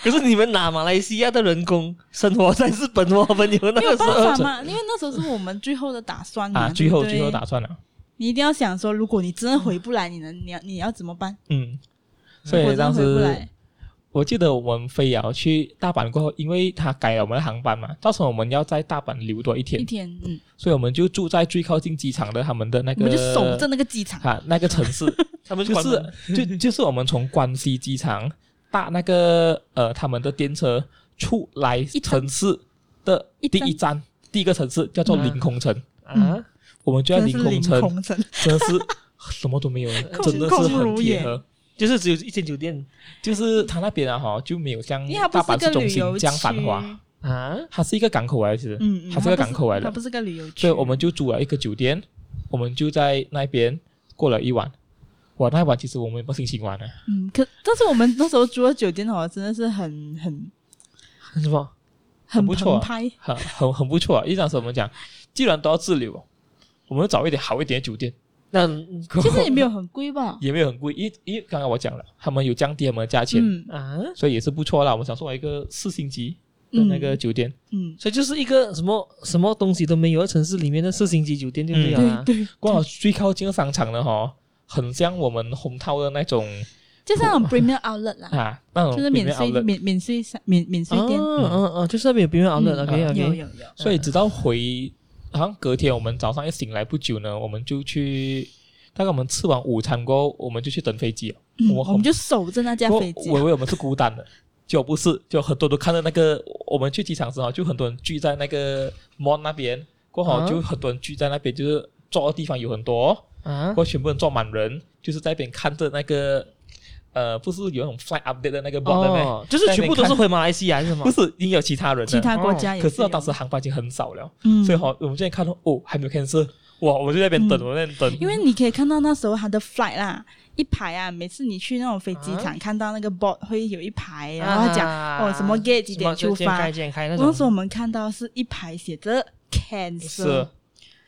可是你们拿马来西亚的人工生活在日本哦，朋友那没有 个时办候法嘛，因为那时候是我们最后的打算嘛。啊，对最不后对最后打算了，你一定要想说，如果你真的回不来，你能你要你要怎么办？嗯，所如果以真的当回不时来，我记得我们飞了去大阪过后，因为他改了我们的航班嘛，到时候我们要在大阪留多一天一，天，嗯，所以我们就住在最靠近机场的他们的那我个，们就守着那个机场。啊 那个城 市。他们就关门是就就是我们从关西机场搭那个呃他们的电车出来一站城市的一第站一站，第一个城市叫做嗯凌空城，啊，我们就在真的凌是空城，空城，真的是 什么都没有，真的空是如很贴也合。就是只有一间酒店就是它那边啊哈，就没有像因为它不大是阪市个中旅心游这区样繁华，啊，它是一个港口来的，其实，嗯，嗯它是个港口来它的不，是个旅游区。所以我们就租了一个酒店，我们就在那边过了一晚。哇，那一晚其实我们也没有心情玩了、嗯，可但是我们那时候住的酒店哦，真的是很很什么？很很不错啊澎湃。 很很很不错、啊。一当时我们讲，既然都要滞留，我们就找一点好一点的酒店，那其实也没有很贵吧？也没 有很贵。因因为刚刚我讲了，他们有降低他们的价钱，嗯啊，所以也是不错啦。我们想说一个四星级的嗯那个酒店，嗯，所以就是一个什么什么东西都没有的城市里面的四星级酒店就对了啊对，对，刚好最靠近商场的哈，很像我们红涛的那种就是那种 premium outlet 啦。啊，那种就是免 premium 税 outlet 哦免免税商免免税嗯店。嗯嗯嗯，就是那边有边缘 outlet 嗯 OK 有 OK，有有，所以直到回，好像隔天我们早上一醒来不久呢，我们就去。大概我们吃完午餐过后，我们就去等飞机了。嗯我我们就守着那架我飞机我以啊。为我们是孤单的，结果不是，就很多都看到那个我们去机场时候，就很多人聚在那个 mall 那边，过后啊就很多人聚在那边，就是坐的地方有很多，哦啊过，后全部人坐满人，就是在那边看着那个呃，不是有那种 flight update 的那个 board 的咩？哦，就是全部都是回马来西亚还是什么不？是，已经有其他人了。其他国家也可是是有啊，当时航班已经很少了，嗯所以好，我们现在看到哦，还没有 cancel，哇，我们就在那边等，嗯我们在那边等，因为你可以看到那时候它的 flight 啦，一排啊，每次你去那种飞机场看到那个 board 会有一排，然后它讲啊哦什么 gate 几点出什么发几。点开那那时候我种，们看到是一排写着是啊 cancel，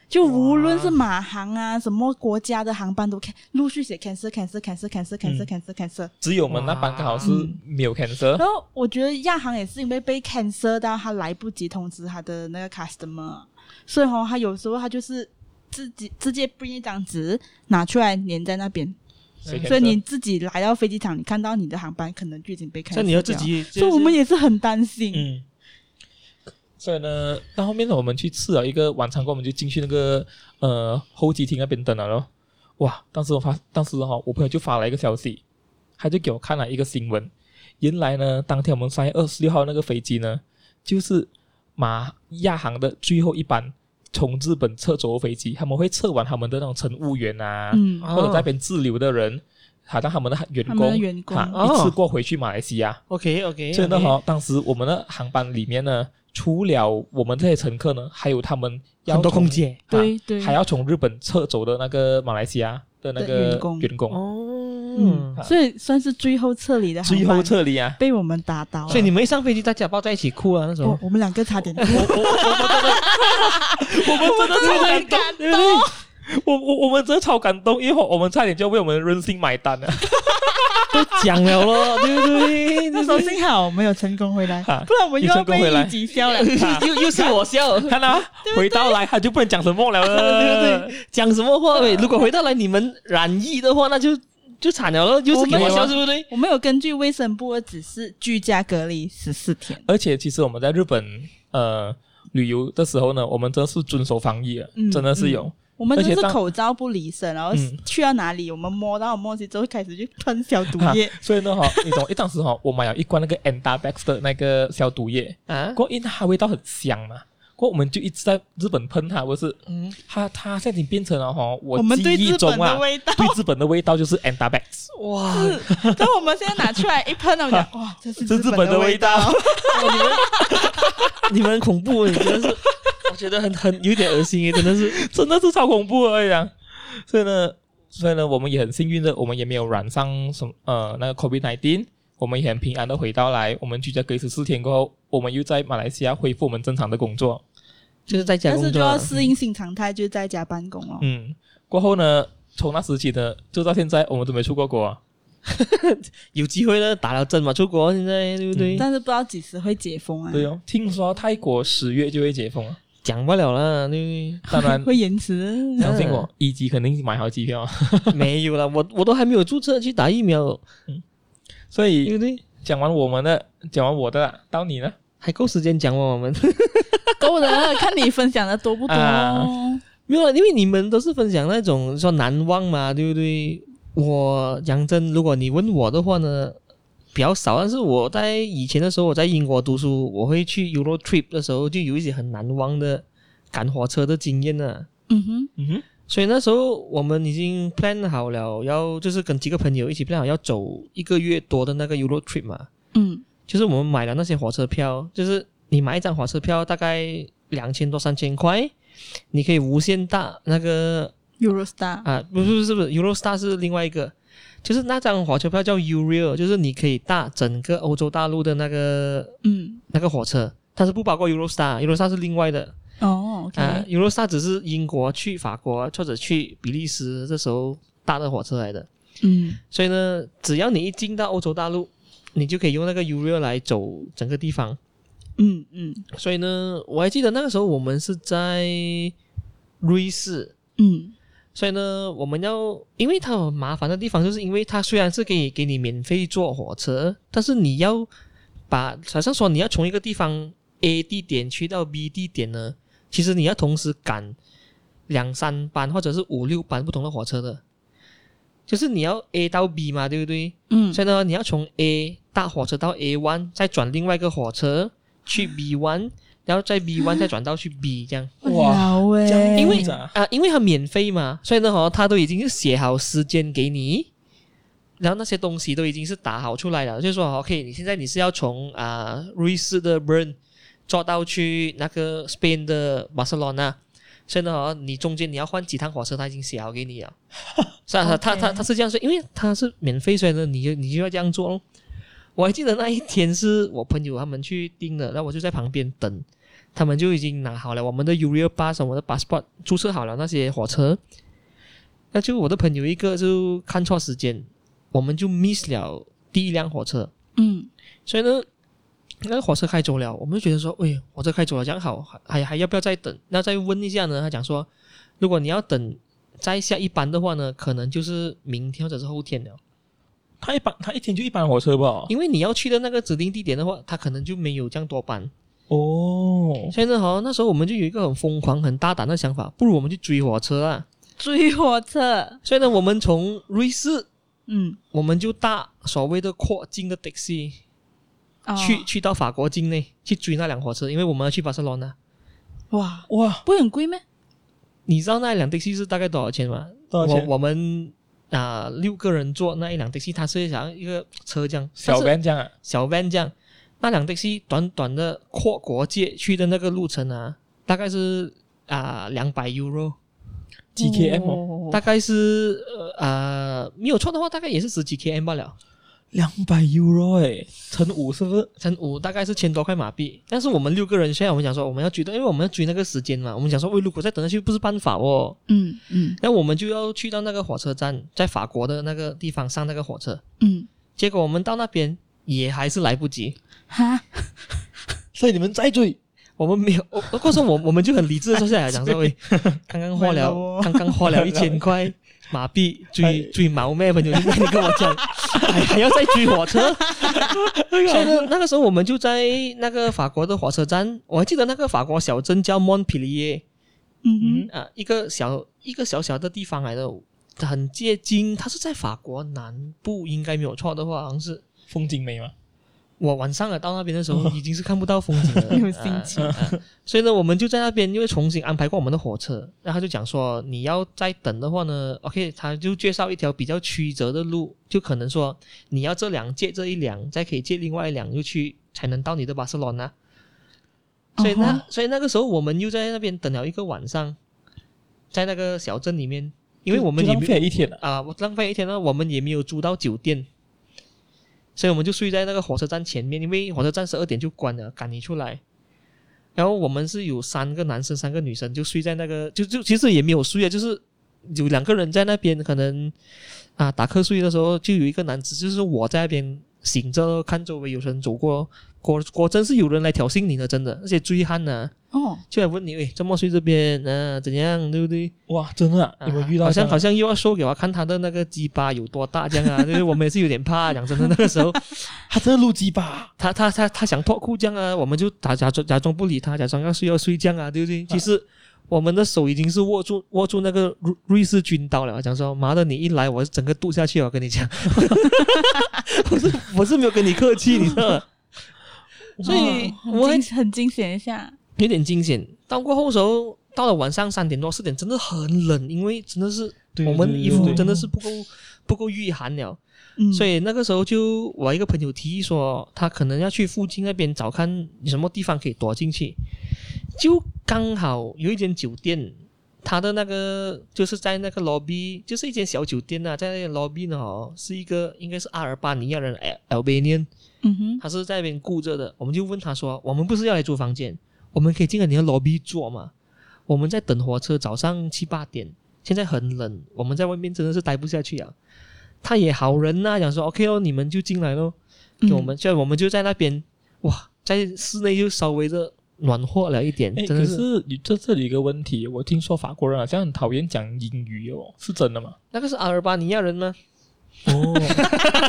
就无论是马航啊什么国家的航班都 can 陆续写 cancel cancel cancel cancel cancel 嗯 cancel cancel。只有我们那班刚好是嗯没有 cancel，然后我觉得亚航也是因为被 cancel 到，他来不及通知他的那个 customer，所以哦，他有时候他就是自己直接 print 一张纸拿出来粘在那边，谁 cancel 所以你自己来到飞机场，你看到你的航班可能就已经被 cancel 所以你要自己，掉，所以我们也是很担心。嗯，所以呢，到后面呢，我们去吃了一个晚餐过后，我们就进去那个呃候机厅那边等了咯。哇，当时我发，当时哈、我朋友就发了一个消息，他就给我看了一个新闻，原来呢，当天我们三月二十六号那个飞机呢，就是马亚航的最后一班从日本撤走的飞机，他们会测完他们的那种乘务员啊，嗯，啊或者在那边滞留的人，好像他们的员他工们的员工啊哦一次过回去马来西亚。 OK OK，所以呢，哈，当时我们的航班里面呢，除了我们这些乘客呢，还有他们要很多从空，姐啊对对，还要从日本撤走的那个马来西亚的那的个员工员工，哦嗯。啊所以算是最后撤离的航最班，后撤离啊。被我们打倒了，哦所以你们一上飞机，大家抱在一起哭啊，那时候我。我们两个差点我我我们真的，我们真的超感动，对不对？我我我们真的超感动，因为我们差点就为我们任性买单了。都讲了咯，对不对？那时候幸好我们有成功 回来，啊不然我们又有要成功回来被一级消了。又又是我笑，看啊，回到来他就不能讲什么 了。对对，讲什么话？ 喂，如果回到来你们染疫的话，那就就惨了咯，又是给我啊笑，是不对？我们有根据卫生部的指示，居家隔离十四天。而且其实我们在日本呃旅游的时候呢，我们真的是遵守防疫的，嗯真的是有。我们而就且是当口罩不离身，然后嗯去到哪里，我们摸到东西之后开始就喷消毒 液。所以呢，哈，你懂，一当时哈，我买了一罐那个 e n d a b e x 的那个消毒液，啊，过后因为它味道很香嘛，过后我们就一直在日本喷它，不是？嗯，它它现在已经变成了哈，我我们记对忆日中本啊的，味道，对日本的味道就是 e n d a b e x 哇，但我们现在拿出来一喷，我们讲哇，这是这是日本的味味道。 你们很恐怖，你真的是， 我觉得很很有点恶心耶，真 的是。 真的是超恐怖而已啊！所以呢，所以呢，我们也很幸运的，我们也没有染上什么呃那个 COVID 19，我们也很平安的回到来。我们居家隔离十四天过后，我们又在马来西亚恢复我们正常的工作。哦就是在家但工是就作要啊，适应新常态，就是在家办公哦。嗯，过后呢，从那时起呢，就到现在我们都没出过国、啊。有机会呢，打了针嘛，出国现在对不对？但是不知道几时会解封啊，对哦，听说泰国十月就会解封啊，讲不了了， 对当然。 会延迟。相信我，一级肯定买好机 票啊，不对？没有了，我我都还没有注册去打疫苗，所对以不对？讲完我们的，讲完我的啦，到你呢？还够时间讲吗？我们够了， 看你分享的多不多啊哦。没有啊，因为你们都是分享那种说难忘嘛，对不对？我讲真，如果你问我的话呢，比较少。但是我在以前的时候，我在英国读书，我会去 Euro trip 的时候，就有一些很难忘的赶火车的经验啊。嗯哼，嗯哼，所以那时候我们已经 plan 好了，要就是跟几个朋友一起 plan 好要走一个月多的那个 Euro trip 嘛，嗯就是我们买了那些火车票，就是你买一张火车票大概两千多三千块，你可以无限大那个，Eurostar，啊，不是不是不是，Eurostar 是另外一个，就是那张火车票叫 Eurail，就是你可以搭整个欧洲大陆的那个嗯，那个火车，但是不包括 Eurostar，Eurostar 是另外的哦啊，OK， ，Eurostar 只是英国去法国或者去比利时这时候搭的火车来的，嗯所以呢，只要你一进到欧洲大陆，你就可以用那个 Eurail 来走整个地方。嗯嗯所以呢，我还记得那个时候我们是在瑞士，嗯所以呢，我们要，因为它很麻烦的地方，就是因为它虽然是给给你免费坐火车，但是你要把，好像说你要从一个地方 A 地点去到 B 地点呢，其实你要同时赶两三班或者是五六班不同的火车的，就是你要 A 到 B 嘛，对不对？嗯，所以呢，你要从 A 搭火车到 A one，再转另外一个火车去 B one，然后在 B one 再转到去 B 这样。哇哇，欸喂这样，因为啊啊、因为它免费嘛，所以呢，哦，他都已经写好时间给你，然后那些东西都已经是打好出来了，就是说哦，OK，你现在你是要从啊、瑞士的 Bern 坐到去那个 Spain 的 Barcelona，所以呢，哦，你中间你要换几趟火车，他已经写好给你了。是啊，他他 OK 他是这样说，因为他是免费，所以呢，你就你就要这样做咯。我还记得那一天是我朋友他们去订的，然后我就在旁边等，他们就已经拿好了我们的 Urea Bus，我们的 passport 注册好了那些火车。那就我的朋友一个就看错时间，我们就 miss 了第一辆火车，嗯所以呢，那个火车开走了，我们就觉得说，哎，火车开走了，这样好，还还要不要再等？那再问一下呢？他讲说，如果你要等再下一班的话呢，可能就是明天或者是后天了，他一班他一天就一班火车吧？因为你要去的那个指定地点的话，他可能就没有这样多班。哦，所以呢，好，那时候我们就有一个很疯狂、很大胆的想法，不如我们去追火车啊！追火车，所以呢，我们从瑞士，嗯，我们就搭所谓的跨境的 taxi 哦去去到法国境内去追那辆火车，因为我们要去巴塞罗那。哇，哇，不会很贵咩？你知道那一辆的士是大概多少钱吗？多少钱我我们啊、六个人坐那一辆的士，它是像一个车这样，小但是 van 这样啊，小 van 这样。那辆的士短短的跨国界去的那个路程啊，大概是啊两百 euro，几 km 哦，哦大概是呃啊、没有错的话，大概也是十几 km 罢了，两百 euro 哎，乘五是不是？乘五大概是千多块马币。但是我们六个人，现在我们讲说我们要追的，因为我们要追那个时间嘛，我们讲说，喂，如果再等下去不是办法哦，嗯嗯那我们就要去到那个火车站，在法国的那个地方上那个火车。嗯，结果我们到那边也还是来不及，哈，所以你们再追，我们没有， 我或者说我我们就很理智的坐下来讲说， 喂，刚刚花买了了哦 刚刚花了一千块马币追哎追毛妹朋友，你跟我讲， 还还要再追 火车，所以呢，那个时候我们就在那个法国的火车站，我还记得那个法国小镇叫 Montpellier 嗯啊、一个小一个小小的地方来的，很接近，它是在法国南部，应该没有错的话，好像是。风景美嘛，我晚上了到那边的时候，已经是看不到风景了，没哦 有心情啊啊所以呢，我们就在那边，因为重新安排过我们的火车，然后他就讲说，你要再等的话呢，OK，他就介绍一条比较曲折的路，就可能说你要这两借这一辆，再可以借另外一辆，又去才能到你的巴塞罗那。嗯所以那、哦所以那个时候我们又在那边等了一个晚上，在那个小镇里面，因为我们就也浪没费了一天了，啊、我浪费一天呢，我们也没有租到酒店，所以我们就睡在那个火车站前面，因为火车站十二点就关了，赶你出来。然后我们是有三个男生，三个女生，就睡在那个，就就其实也没有睡啊，就是有两个人在那边，可能啊打瞌睡的时候，就有一个男子，就是我在那边醒着看周围有人走过，果果真是有人来挑衅你的，真的，那些追汉呢、哦，啊就来问你，喂，怎么睡这边？嗯、怎样，对不对？哇，真的啊，啊你们遇到好这像样好像又要说给我看他的那个鸡巴有多大这样啊， 就是我们也是有点怕。啊讲真的，那个时候 他真的录鸡巴，他他他他想脱裤这样啊，我们就假假装假装不理他，假装要睡要睡这样啊，对不对？其实我们的手已经是握住握住那个瑞瑞士军刀了，啊讲说妈的，你一来我整个剁下去啊，我跟你讲， 我是我是没有跟你客气，你知道吗？ 所以哇哦我很很惊很惊险一下，有点惊险。到过后的时候，到了晚上三点多四点，真的很冷，因为真的是对我们对衣对服对真的是不够不够御寒了。嗯，所以那个时候就我一个朋友提议说，他可能要去附近那边找看有什么地方可以躲进去，就刚好有一间酒店，他的那个就是在那个 lobby，就是一间小酒店啊，在那个 lobby 呢、哦、是一个应该是阿尔巴尼亚人 Al- Albanian，嗯哼，他是在那边顾着的。我们就问他说，我们不是要来租房间，我们可以进来你的 lobby 坐嘛？我们在等火车，早上七八点，现在很冷，我们在外面真的是待不下去啊。他也好人呐、讲说 OK 哦，你们就进来咯。嗯给我们，所以我们就在那边，哇，在室内就稍微的暖和了一点，哎，真可的是是你这这里有一个问题，我听说法国人好像很讨厌讲英语哦，是真的吗？那个是阿尔巴尼亚人吗？哦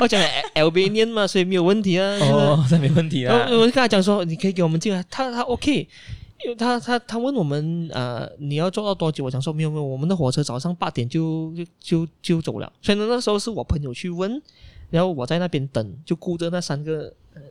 我讲 Albanian 嘛，所以没有问题啊。是吧 哦，这没问题啦然，后我就跟他讲说，你可以给我们进来，他他 OK，因为他他他问我们呃你要坐到多久？我讲说没有没有，我们的火车早上八点就就就就走了。所以呢，那时候是我朋友去问，然后我在那边等，就顾着那三个、呃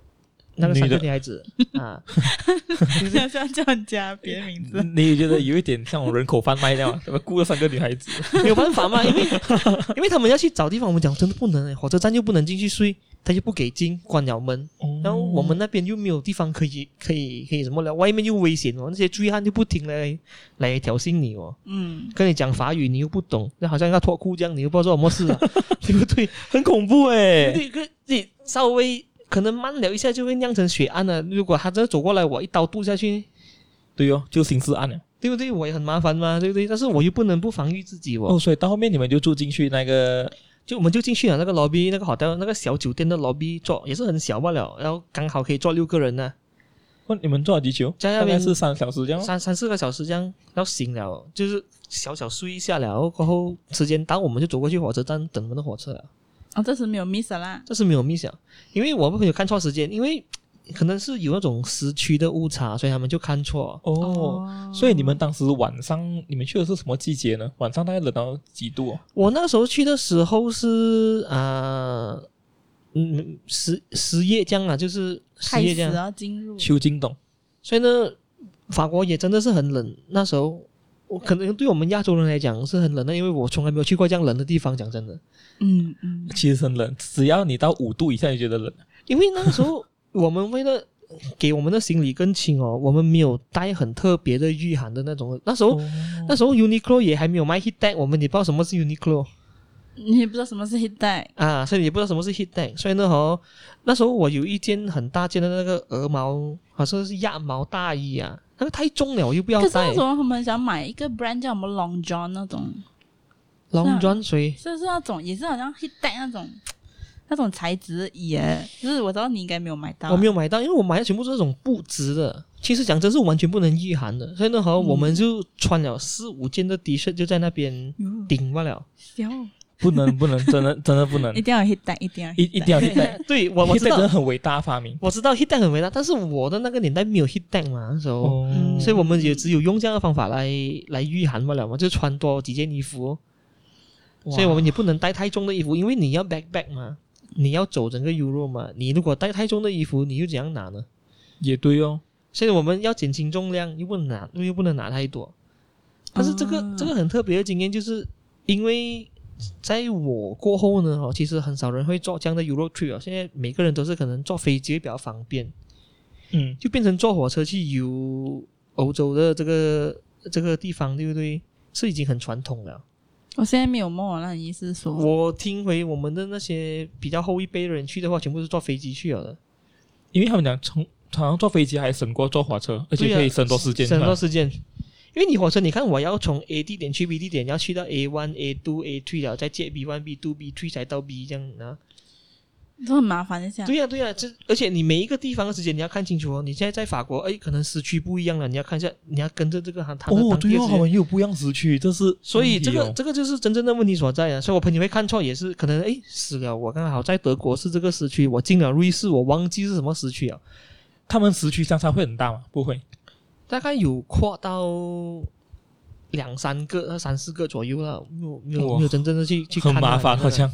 那个三个女的女孩子啊， 要这样叫人家别的名字， 你也觉得有一点像我人口贩卖那样，怎么雇了三个女孩子？没有办法嘛，因为 因为他们要去找地方，我们讲真的不能、欸，火车站又不能进去睡，他就不给进，关了门，哦然后我们那边又没有地方可以可以可以什么了，外面又危险哦，那些追汉就不停来来挑衅你哦，嗯，跟你讲法语你又不懂，那好像要脱裤这样，你又不知道做什么事啊， 对不对？很恐怖哎、对，可你稍微可能慢了一下就会酿成血案了、如果他真的走过来，我一刀剁下去，对哦，就刑事案了。对不对？我也很麻烦嘛，对不对？但是我又不能不防御自己哦哦，所以到后面你们就住进去那个就我们就进去了那个 lobby 那个 hotel 那个小酒店的 lobby 坐也是很小罢了，然后刚好可以坐六个人啊呢、问你们做了几久？在大概那边是三小时这样哦。三三四个小时这样，然后醒了就是小小睡一下了，然后过后时间到我们就走过去火车站等我们的火车了，啊哦，这时没有 miss 了啦，这是没有 miss 了，因为我们朋友看错时间，因为可能是有那种时区的误差，所以他们就看错。哦哦哦所以你们当时晚上你们去的是什么季节呢？晚上大概冷到几度、哦？我那时候去的时候是啊、呃嗯十十月这样啊，就是十开月始这样。要进入，秋金懂所以呢，法国也真的是很冷，那时候我可能对我们亚洲人来讲是很冷的，因为我从来没有去过这样冷的地方。讲真的，嗯嗯，其实很冷，只要你到五度以下，你觉得冷。因为那个时候 我们为了给我们的行李更轻哦，我们没有带很特别的御寒的那种。那时候、那时候 Uniqlo 也还没有卖 heat tech，我们也不知道什么是 Uniqlo 你也不知道什么是 heat tech，啊，所以也不知道什么是 heat tech。所以呢，哦，那时候我有一件很大件的那个鹅毛，好像是鸭毛大衣啊，那个太重了，我又不要可是带那。种他们想买一个 brand 叫什么 Long John 那种， long john 谁？是不是那种也是好像 heat tech 那种那种材质的衣耶？就是我知道你应该没有买到，我没有，有买到，因为我买的全部是那种布质的。其实讲真是完全不能御寒的，所以呢，嗯和我们就穿了四五件的 T 恤就在那边顶罢了。哟不能不能，真的真的 不能一，定要有 heat tech，一定要有一 heat 一 tech 嗯定要 heat tech。对 我我 heat 知 tech 真道的很伟大的发明。我知道 heat tag 很伟大，但是我的那个年代没有 heat tag 嘛，那时候，哦，嗯所以我们也只有用这样的方法来来御寒罢了嘛，就穿多几件衣服。哇所以我们也不能带太重的衣服，因为你要 backpack 嘛，你要走整个 Euro 嘛，你如果带太重的衣服，你又怎样拿呢？也对哦，所以我们要减轻重量，又不能拿，又不能拿太多。但是这个、啊这个很特别的经验，就是因为在我过后呢，哦，其实很少人会坐这样的 Euro trip 哦，现在每个人都是可能坐飞机会比较方便，嗯，就变成坐火车去游欧洲的这个这个地方，对不对？是已经很传统了。我现在没有梦，那你意思是说，我听回我们的那些比较后一辈的人去的话，全部是坐飞机去了的，因为他们讲从好像坐飞机还省过坐火车，而且对啊可以省多时间。省是吧多时间。因为你火车，你看我要从 A 地点去 B 地点，要去到 A one、A two、A three 了，再接 B one、B two、B three 才到 B 这样啊。都很麻烦一下，对呀、对呀、这而且你每一个地方的时间你要看清楚哦。你现在在法国，哎，可能时区不一样了，你要看一下，你要跟着这个他他的哦，当地对的哦，时他间。们又不一样时区，这是所以问题这个哦这个就是真正的问题所在啊。所以我朋友会看错，也是可能哎死了，我刚好在德国是这个时区，我进了瑞士，我忘记是什么时区啊了，他们时区相差会很大吗？不会，大概有扩到两三个、呃三四个左右了，没有没有哇没有真正的去去看很啊麻烦，你看啊好像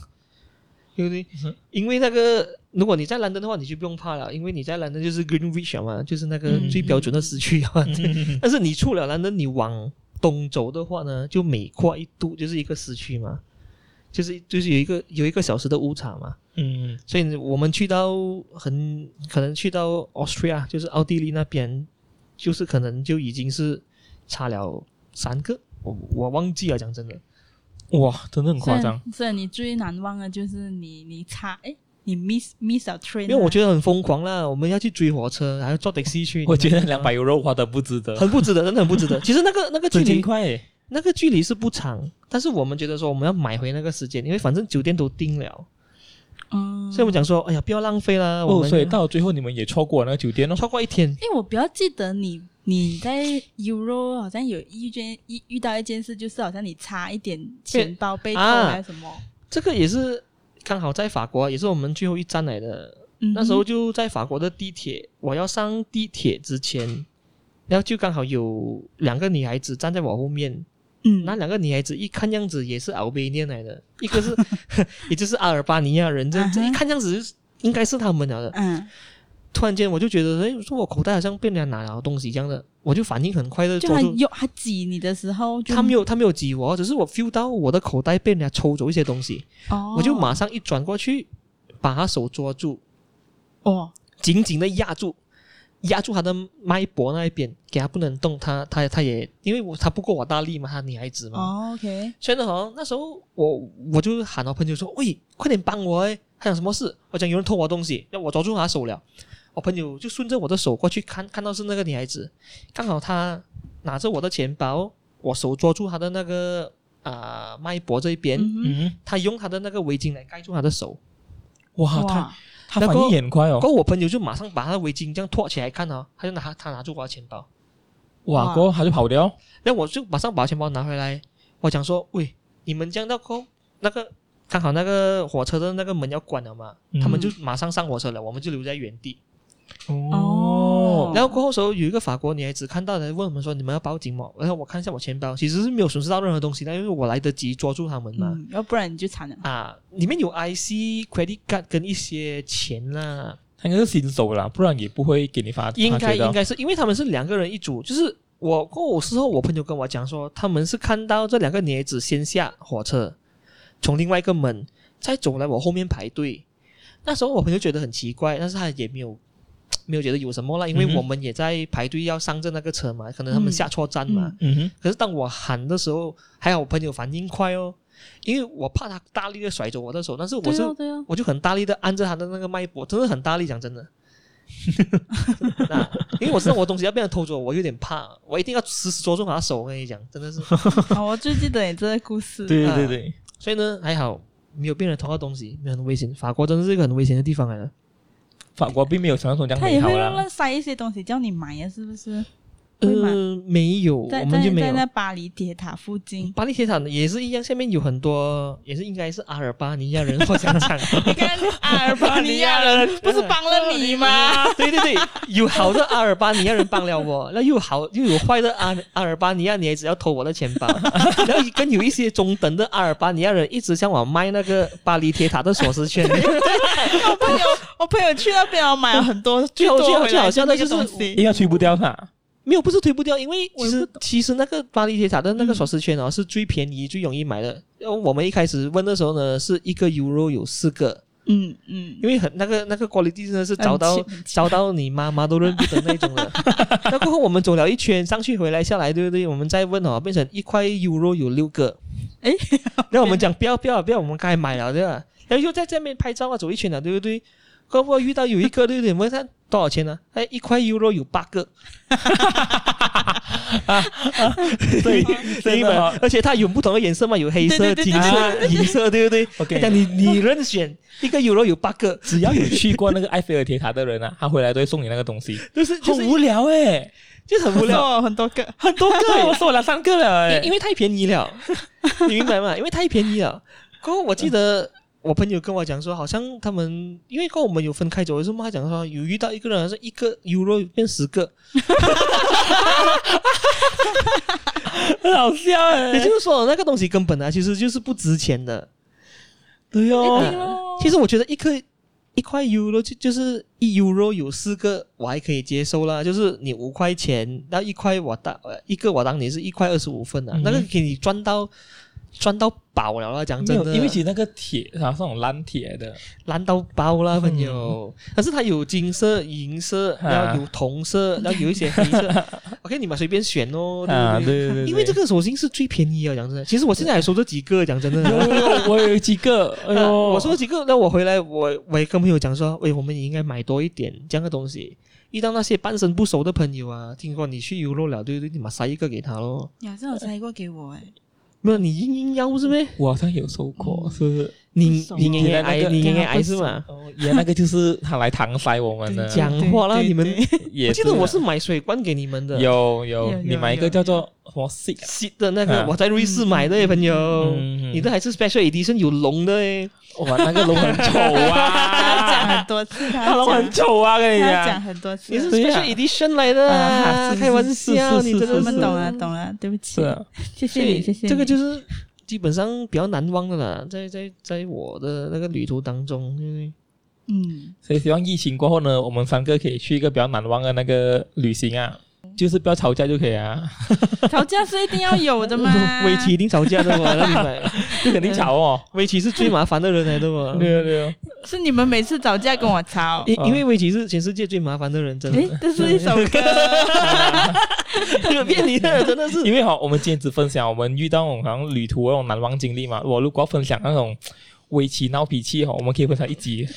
对不对嗯？因为那个，如果你在兰登的话，你就不用怕了，因为你在兰登就是 Greenwich 了嘛，就是那个嗯最标准的时区啊。对 但是你出了兰登，你往东走的话呢，就每跨一度就是一个时区嘛，就是就是有一个有一个小时的误差嘛。嗯，所以我们去到很可能去到 Austria，就是奥地利那边，就是可能就已经是差了三个，我我忘记了，讲真的。哇，真的很虽夸然啊张。虽然你最难忘的就是你你差哎，你 miss miss a train，因为我得觉得很疯狂啦，我们要去追火车，还要坐 taxi 去。我觉得你们两百 euro 花的不值得，很不值得，真的很不值 得。其实那个那个距真勤离，快耶。那个距离是不长，但是我们觉得说我们要买回那个时间，因为反正酒店都订了，嗯，所以我们讲说，哎呀，不要浪费啦。我哦，们所以到最后你们也错过了那个酒店哦。超过一天，因为我比较记得你你在 Euro 好像有一件一遇到一件事，就是好像你差一点钱包被偷啊还是什么，这个也是刚好在法国，也是我们最后一站来的。嗯那时候就在法国的地铁，我要上地铁之前，然后就刚好有两个女孩子站在我后面，嗯那两个女孩子一看样子也是 a l b a n 来的，一个是 也就是阿尔巴尼亚人，这嗯哼这啊一看样子就是应该是他们了的。嗯，突然间我就觉得，哎，我说我口袋好像被人家拿了东西这样的，我就反应很快的就抓他住。有他挤你的时候就，他没有，他没有挤我，只是我 feel 到我的口袋被人家抽走一些东西，哦，我就马上一转过去，把他手抓住，哦，紧紧的压住，压住他的脉搏那一边，给他不能动。他他他也因为我他不过我大力嘛，他女孩子嘛，哦，OK，所以呢，好像那时候我我就喊我朋友说：“喂，快点帮我哎！”他讲什么事？我讲有人偷我东西，那我抓住他手了。我朋友就顺着我的手过去看，看到是那个女孩子，刚好她拿着我的钱包，我手抓住她的那个啊、脉搏这一边，嗯嗯，她用她的那个围巾来盖住她的手。哼，哇，他哇，嗯他反应也很快过哦。后我朋友就马上把她的围巾这样托起来看哦，他就拿他拿住我的钱包，哇，哇过后他就跑掉。然后我就马上把钱包拿回来，我讲说，喂，你们这样到后那个刚好那个火车的那个门要关了嘛，嗯他们就马上上火车了，我们就留在原地。哦然后过后时候有一个法国女孩子看到了，问我们说你们要报警吗？然后我看一下我钱包，其实是没有损失到任何东西，但因为我来得及抓住他们嘛。啊嗯，要不然你就惨了，啊，里面有 IC、credit card 跟一些钱啦，他应该是新手啦，不然也不会给你发。应发该觉到应该是因为他们是两个人一组，就是我过我事后，我朋友跟我讲说，他们是看到这两个女孩子先下火车，从另外一个门再走来我后面排队。那时候我朋友觉得很奇怪，但是他也没有没有觉得有什么啦，因嗯为哼我们也在排队要上这那个车嘛，可能他们嗯下错站嘛。嗯嗯哼，可是当我喊的时候，还好我朋友反应快哦，因为我怕他大力的甩走我的手，但是我对是啊对啊，我就很大力的按着他的那个脉搏，真的很大力，讲真的。 那因为我知道我东西要被人偷走，我有点怕，我一定要死死捉住他的手。我跟你讲，真的是， 哦我最记得你这个故事。对啊对对，所以呢，还好没有被人偷到东西，没有很危险。法国真的是一个很危险的地方来的。法国并没有想象中这样他美也好啊会啦。乱塞一些东西叫你买呀，是不是？会吗呃，没有，在我们在就没在那有。，巴黎铁塔附近 巴黎铁塔也是一样，下面有很多，也是应该是阿尔巴尼亚人或想讲你看阿尔巴尼亚人不是帮了你吗？啊，对对对，有好的阿尔巴尼亚人帮 了我，那又好又有坏的阿阿尔巴尼亚女孩子要偷我的钱包， 然后跟有一些中等的阿尔巴尼亚人一直向我卖那个巴黎铁塔的锁 匙圈，我朋友，我朋友去那边，我买了很多，最好多最好回来最好笑的那个就是东应西。该吹不掉他，没有不是推不掉，因为其我也实不其实那个巴黎铁塔的那个嗯锁匙圈哦是最便宜最容易买的，因为我们一开始问的时候呢是一个 euro 有四个，嗯嗯因，为很那个那个 quality 真的是找到很气很 气烧到你妈妈都认不得那种了。那过后我们走了一圈，上去回来下来，对不对？我们再问哦，变成一块 euro 有六个。诶， 那我们讲不要不要不要，我们刚才买了对吧？然后又在这边拍照啊，走一圈了，对不对？过后遇到有一个，对不对？我问他多少钱呢、哎，一块 euro 有八个，对， 真明白的吗哦。而且它有不同的颜色嘛，有黑色、对对对金色、银色，对不对？ OK 哎但你你任选一个 euro 有八个，只要有去过那个埃菲尔铁塔的人啊，他回来都会送你那个东西，就是就很是无聊哎，就是很无聊。哦，很多个，很多个，我送了三个了因哎因，为太便 宜了，你明白吗？因为太便宜了。过后我记得我朋友跟我讲说，好像他们因为过后我们有分开走，为什么他讲说有遇到一个人，好像一个 euro 变十个，很好笑哎也就，是说那个东西根本啊其实就是不值钱的。对一定哦，咯其实我觉得一颗一块 euro 就就是一 euro 有四个，我还可以接受啦。就是你五块钱，那一块我当呃一个我当你是一块二十五分啊，嗯那个给你赚到赚到饱了啦，讲没真有，的，因为其实那个铁它是那种烂铁的，烂到爆啦，朋友！但是它有金色、银色，啊然后有铜色，然后有一些黑色。OK，你们随便 选哦，对啊，不对对？对对，因为这个个手心是最便宜啊，讲真的。其实我现在还收这几个，讲真的。有我有几个， 哎啊呦，我收几个，那我回来我我也跟朋友讲说，喂，我们也应该买多一点这样的东西。遇到那些半生不熟的朋友啊，听说你去游乐了，对不对？你马塞一个给他咯。你好像有塞过给我哎，没有，你硬硬要是呗？我好像有收过，是不是？你不熟你啊硬硬挨，你硬硬挨是吗？哦，也那个就是他来搪塞我们的对，讲话啦对对你们对也我记得啦我是买水罐给你们的。有有有，你有买一个有叫做什么 s i c 新的那个啊，我在瑞士买的耶，朋友，嗯你的还是 special edition 有龙的耶，哇，那个龙很丑 他啊， 讲很多次，那他龙很讲丑啊，跟你他讲讲，很多次你，是对呀 special edition 来的啊啊，是开玩笑，是是你真是的我是们懂了懂了，对不是，起啊谢谢所以你，谢谢你。这个就是基本上比较难忘的啦，在在在我的那个旅途当中，因为。嗯，所以希望疫情过后呢，我们三个可以去一个比较难忘的那个旅行啊，就是不要吵架就可以啊， 吵架是一定要有的嘛 围棋一定吵架的嘛，那明白？ 就肯定吵哦，围棋是最麻烦的人来的嘛，啊对啊对啊，是你们每次吵架跟我吵。因因为围棋是全世界最麻烦的人，真的诶，，这是一首 歌，骗你 的真的是。因为哈，我们今天只分享我们遇到那种好像旅途那种难忘经历嘛，我如果要分享那种。围棋闹脾气哈，我们可以分享一集。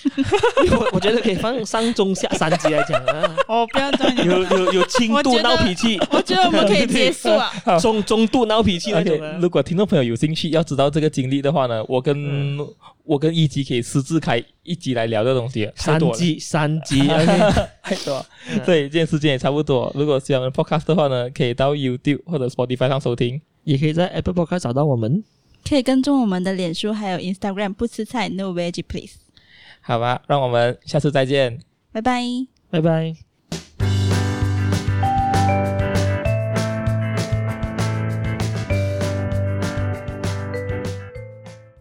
我我觉得可以放上中下三集来讲啊，我不要叫你。有有有轻我觉度得闹脾气，我觉得我们可以结束啊。 好中中度闹脾气那种 OK，啊。如果听众朋友有兴趣要知道这个经历的话呢，我跟、我跟一级可以私自开一集来聊这东西，太三多了，级三级 ，OK，太多了。嗯对，今天时间也差不多。如果喜欢我们 podcast 的话呢，可以到 YouTube 或者 Spotify 上收听。也可以在 Apple Podcast 找到我们。 可以跟踪我们的脸书还有 Instagram，不吃菜，No veggie please。好吧，让我们下次再见。拜拜。拜拜。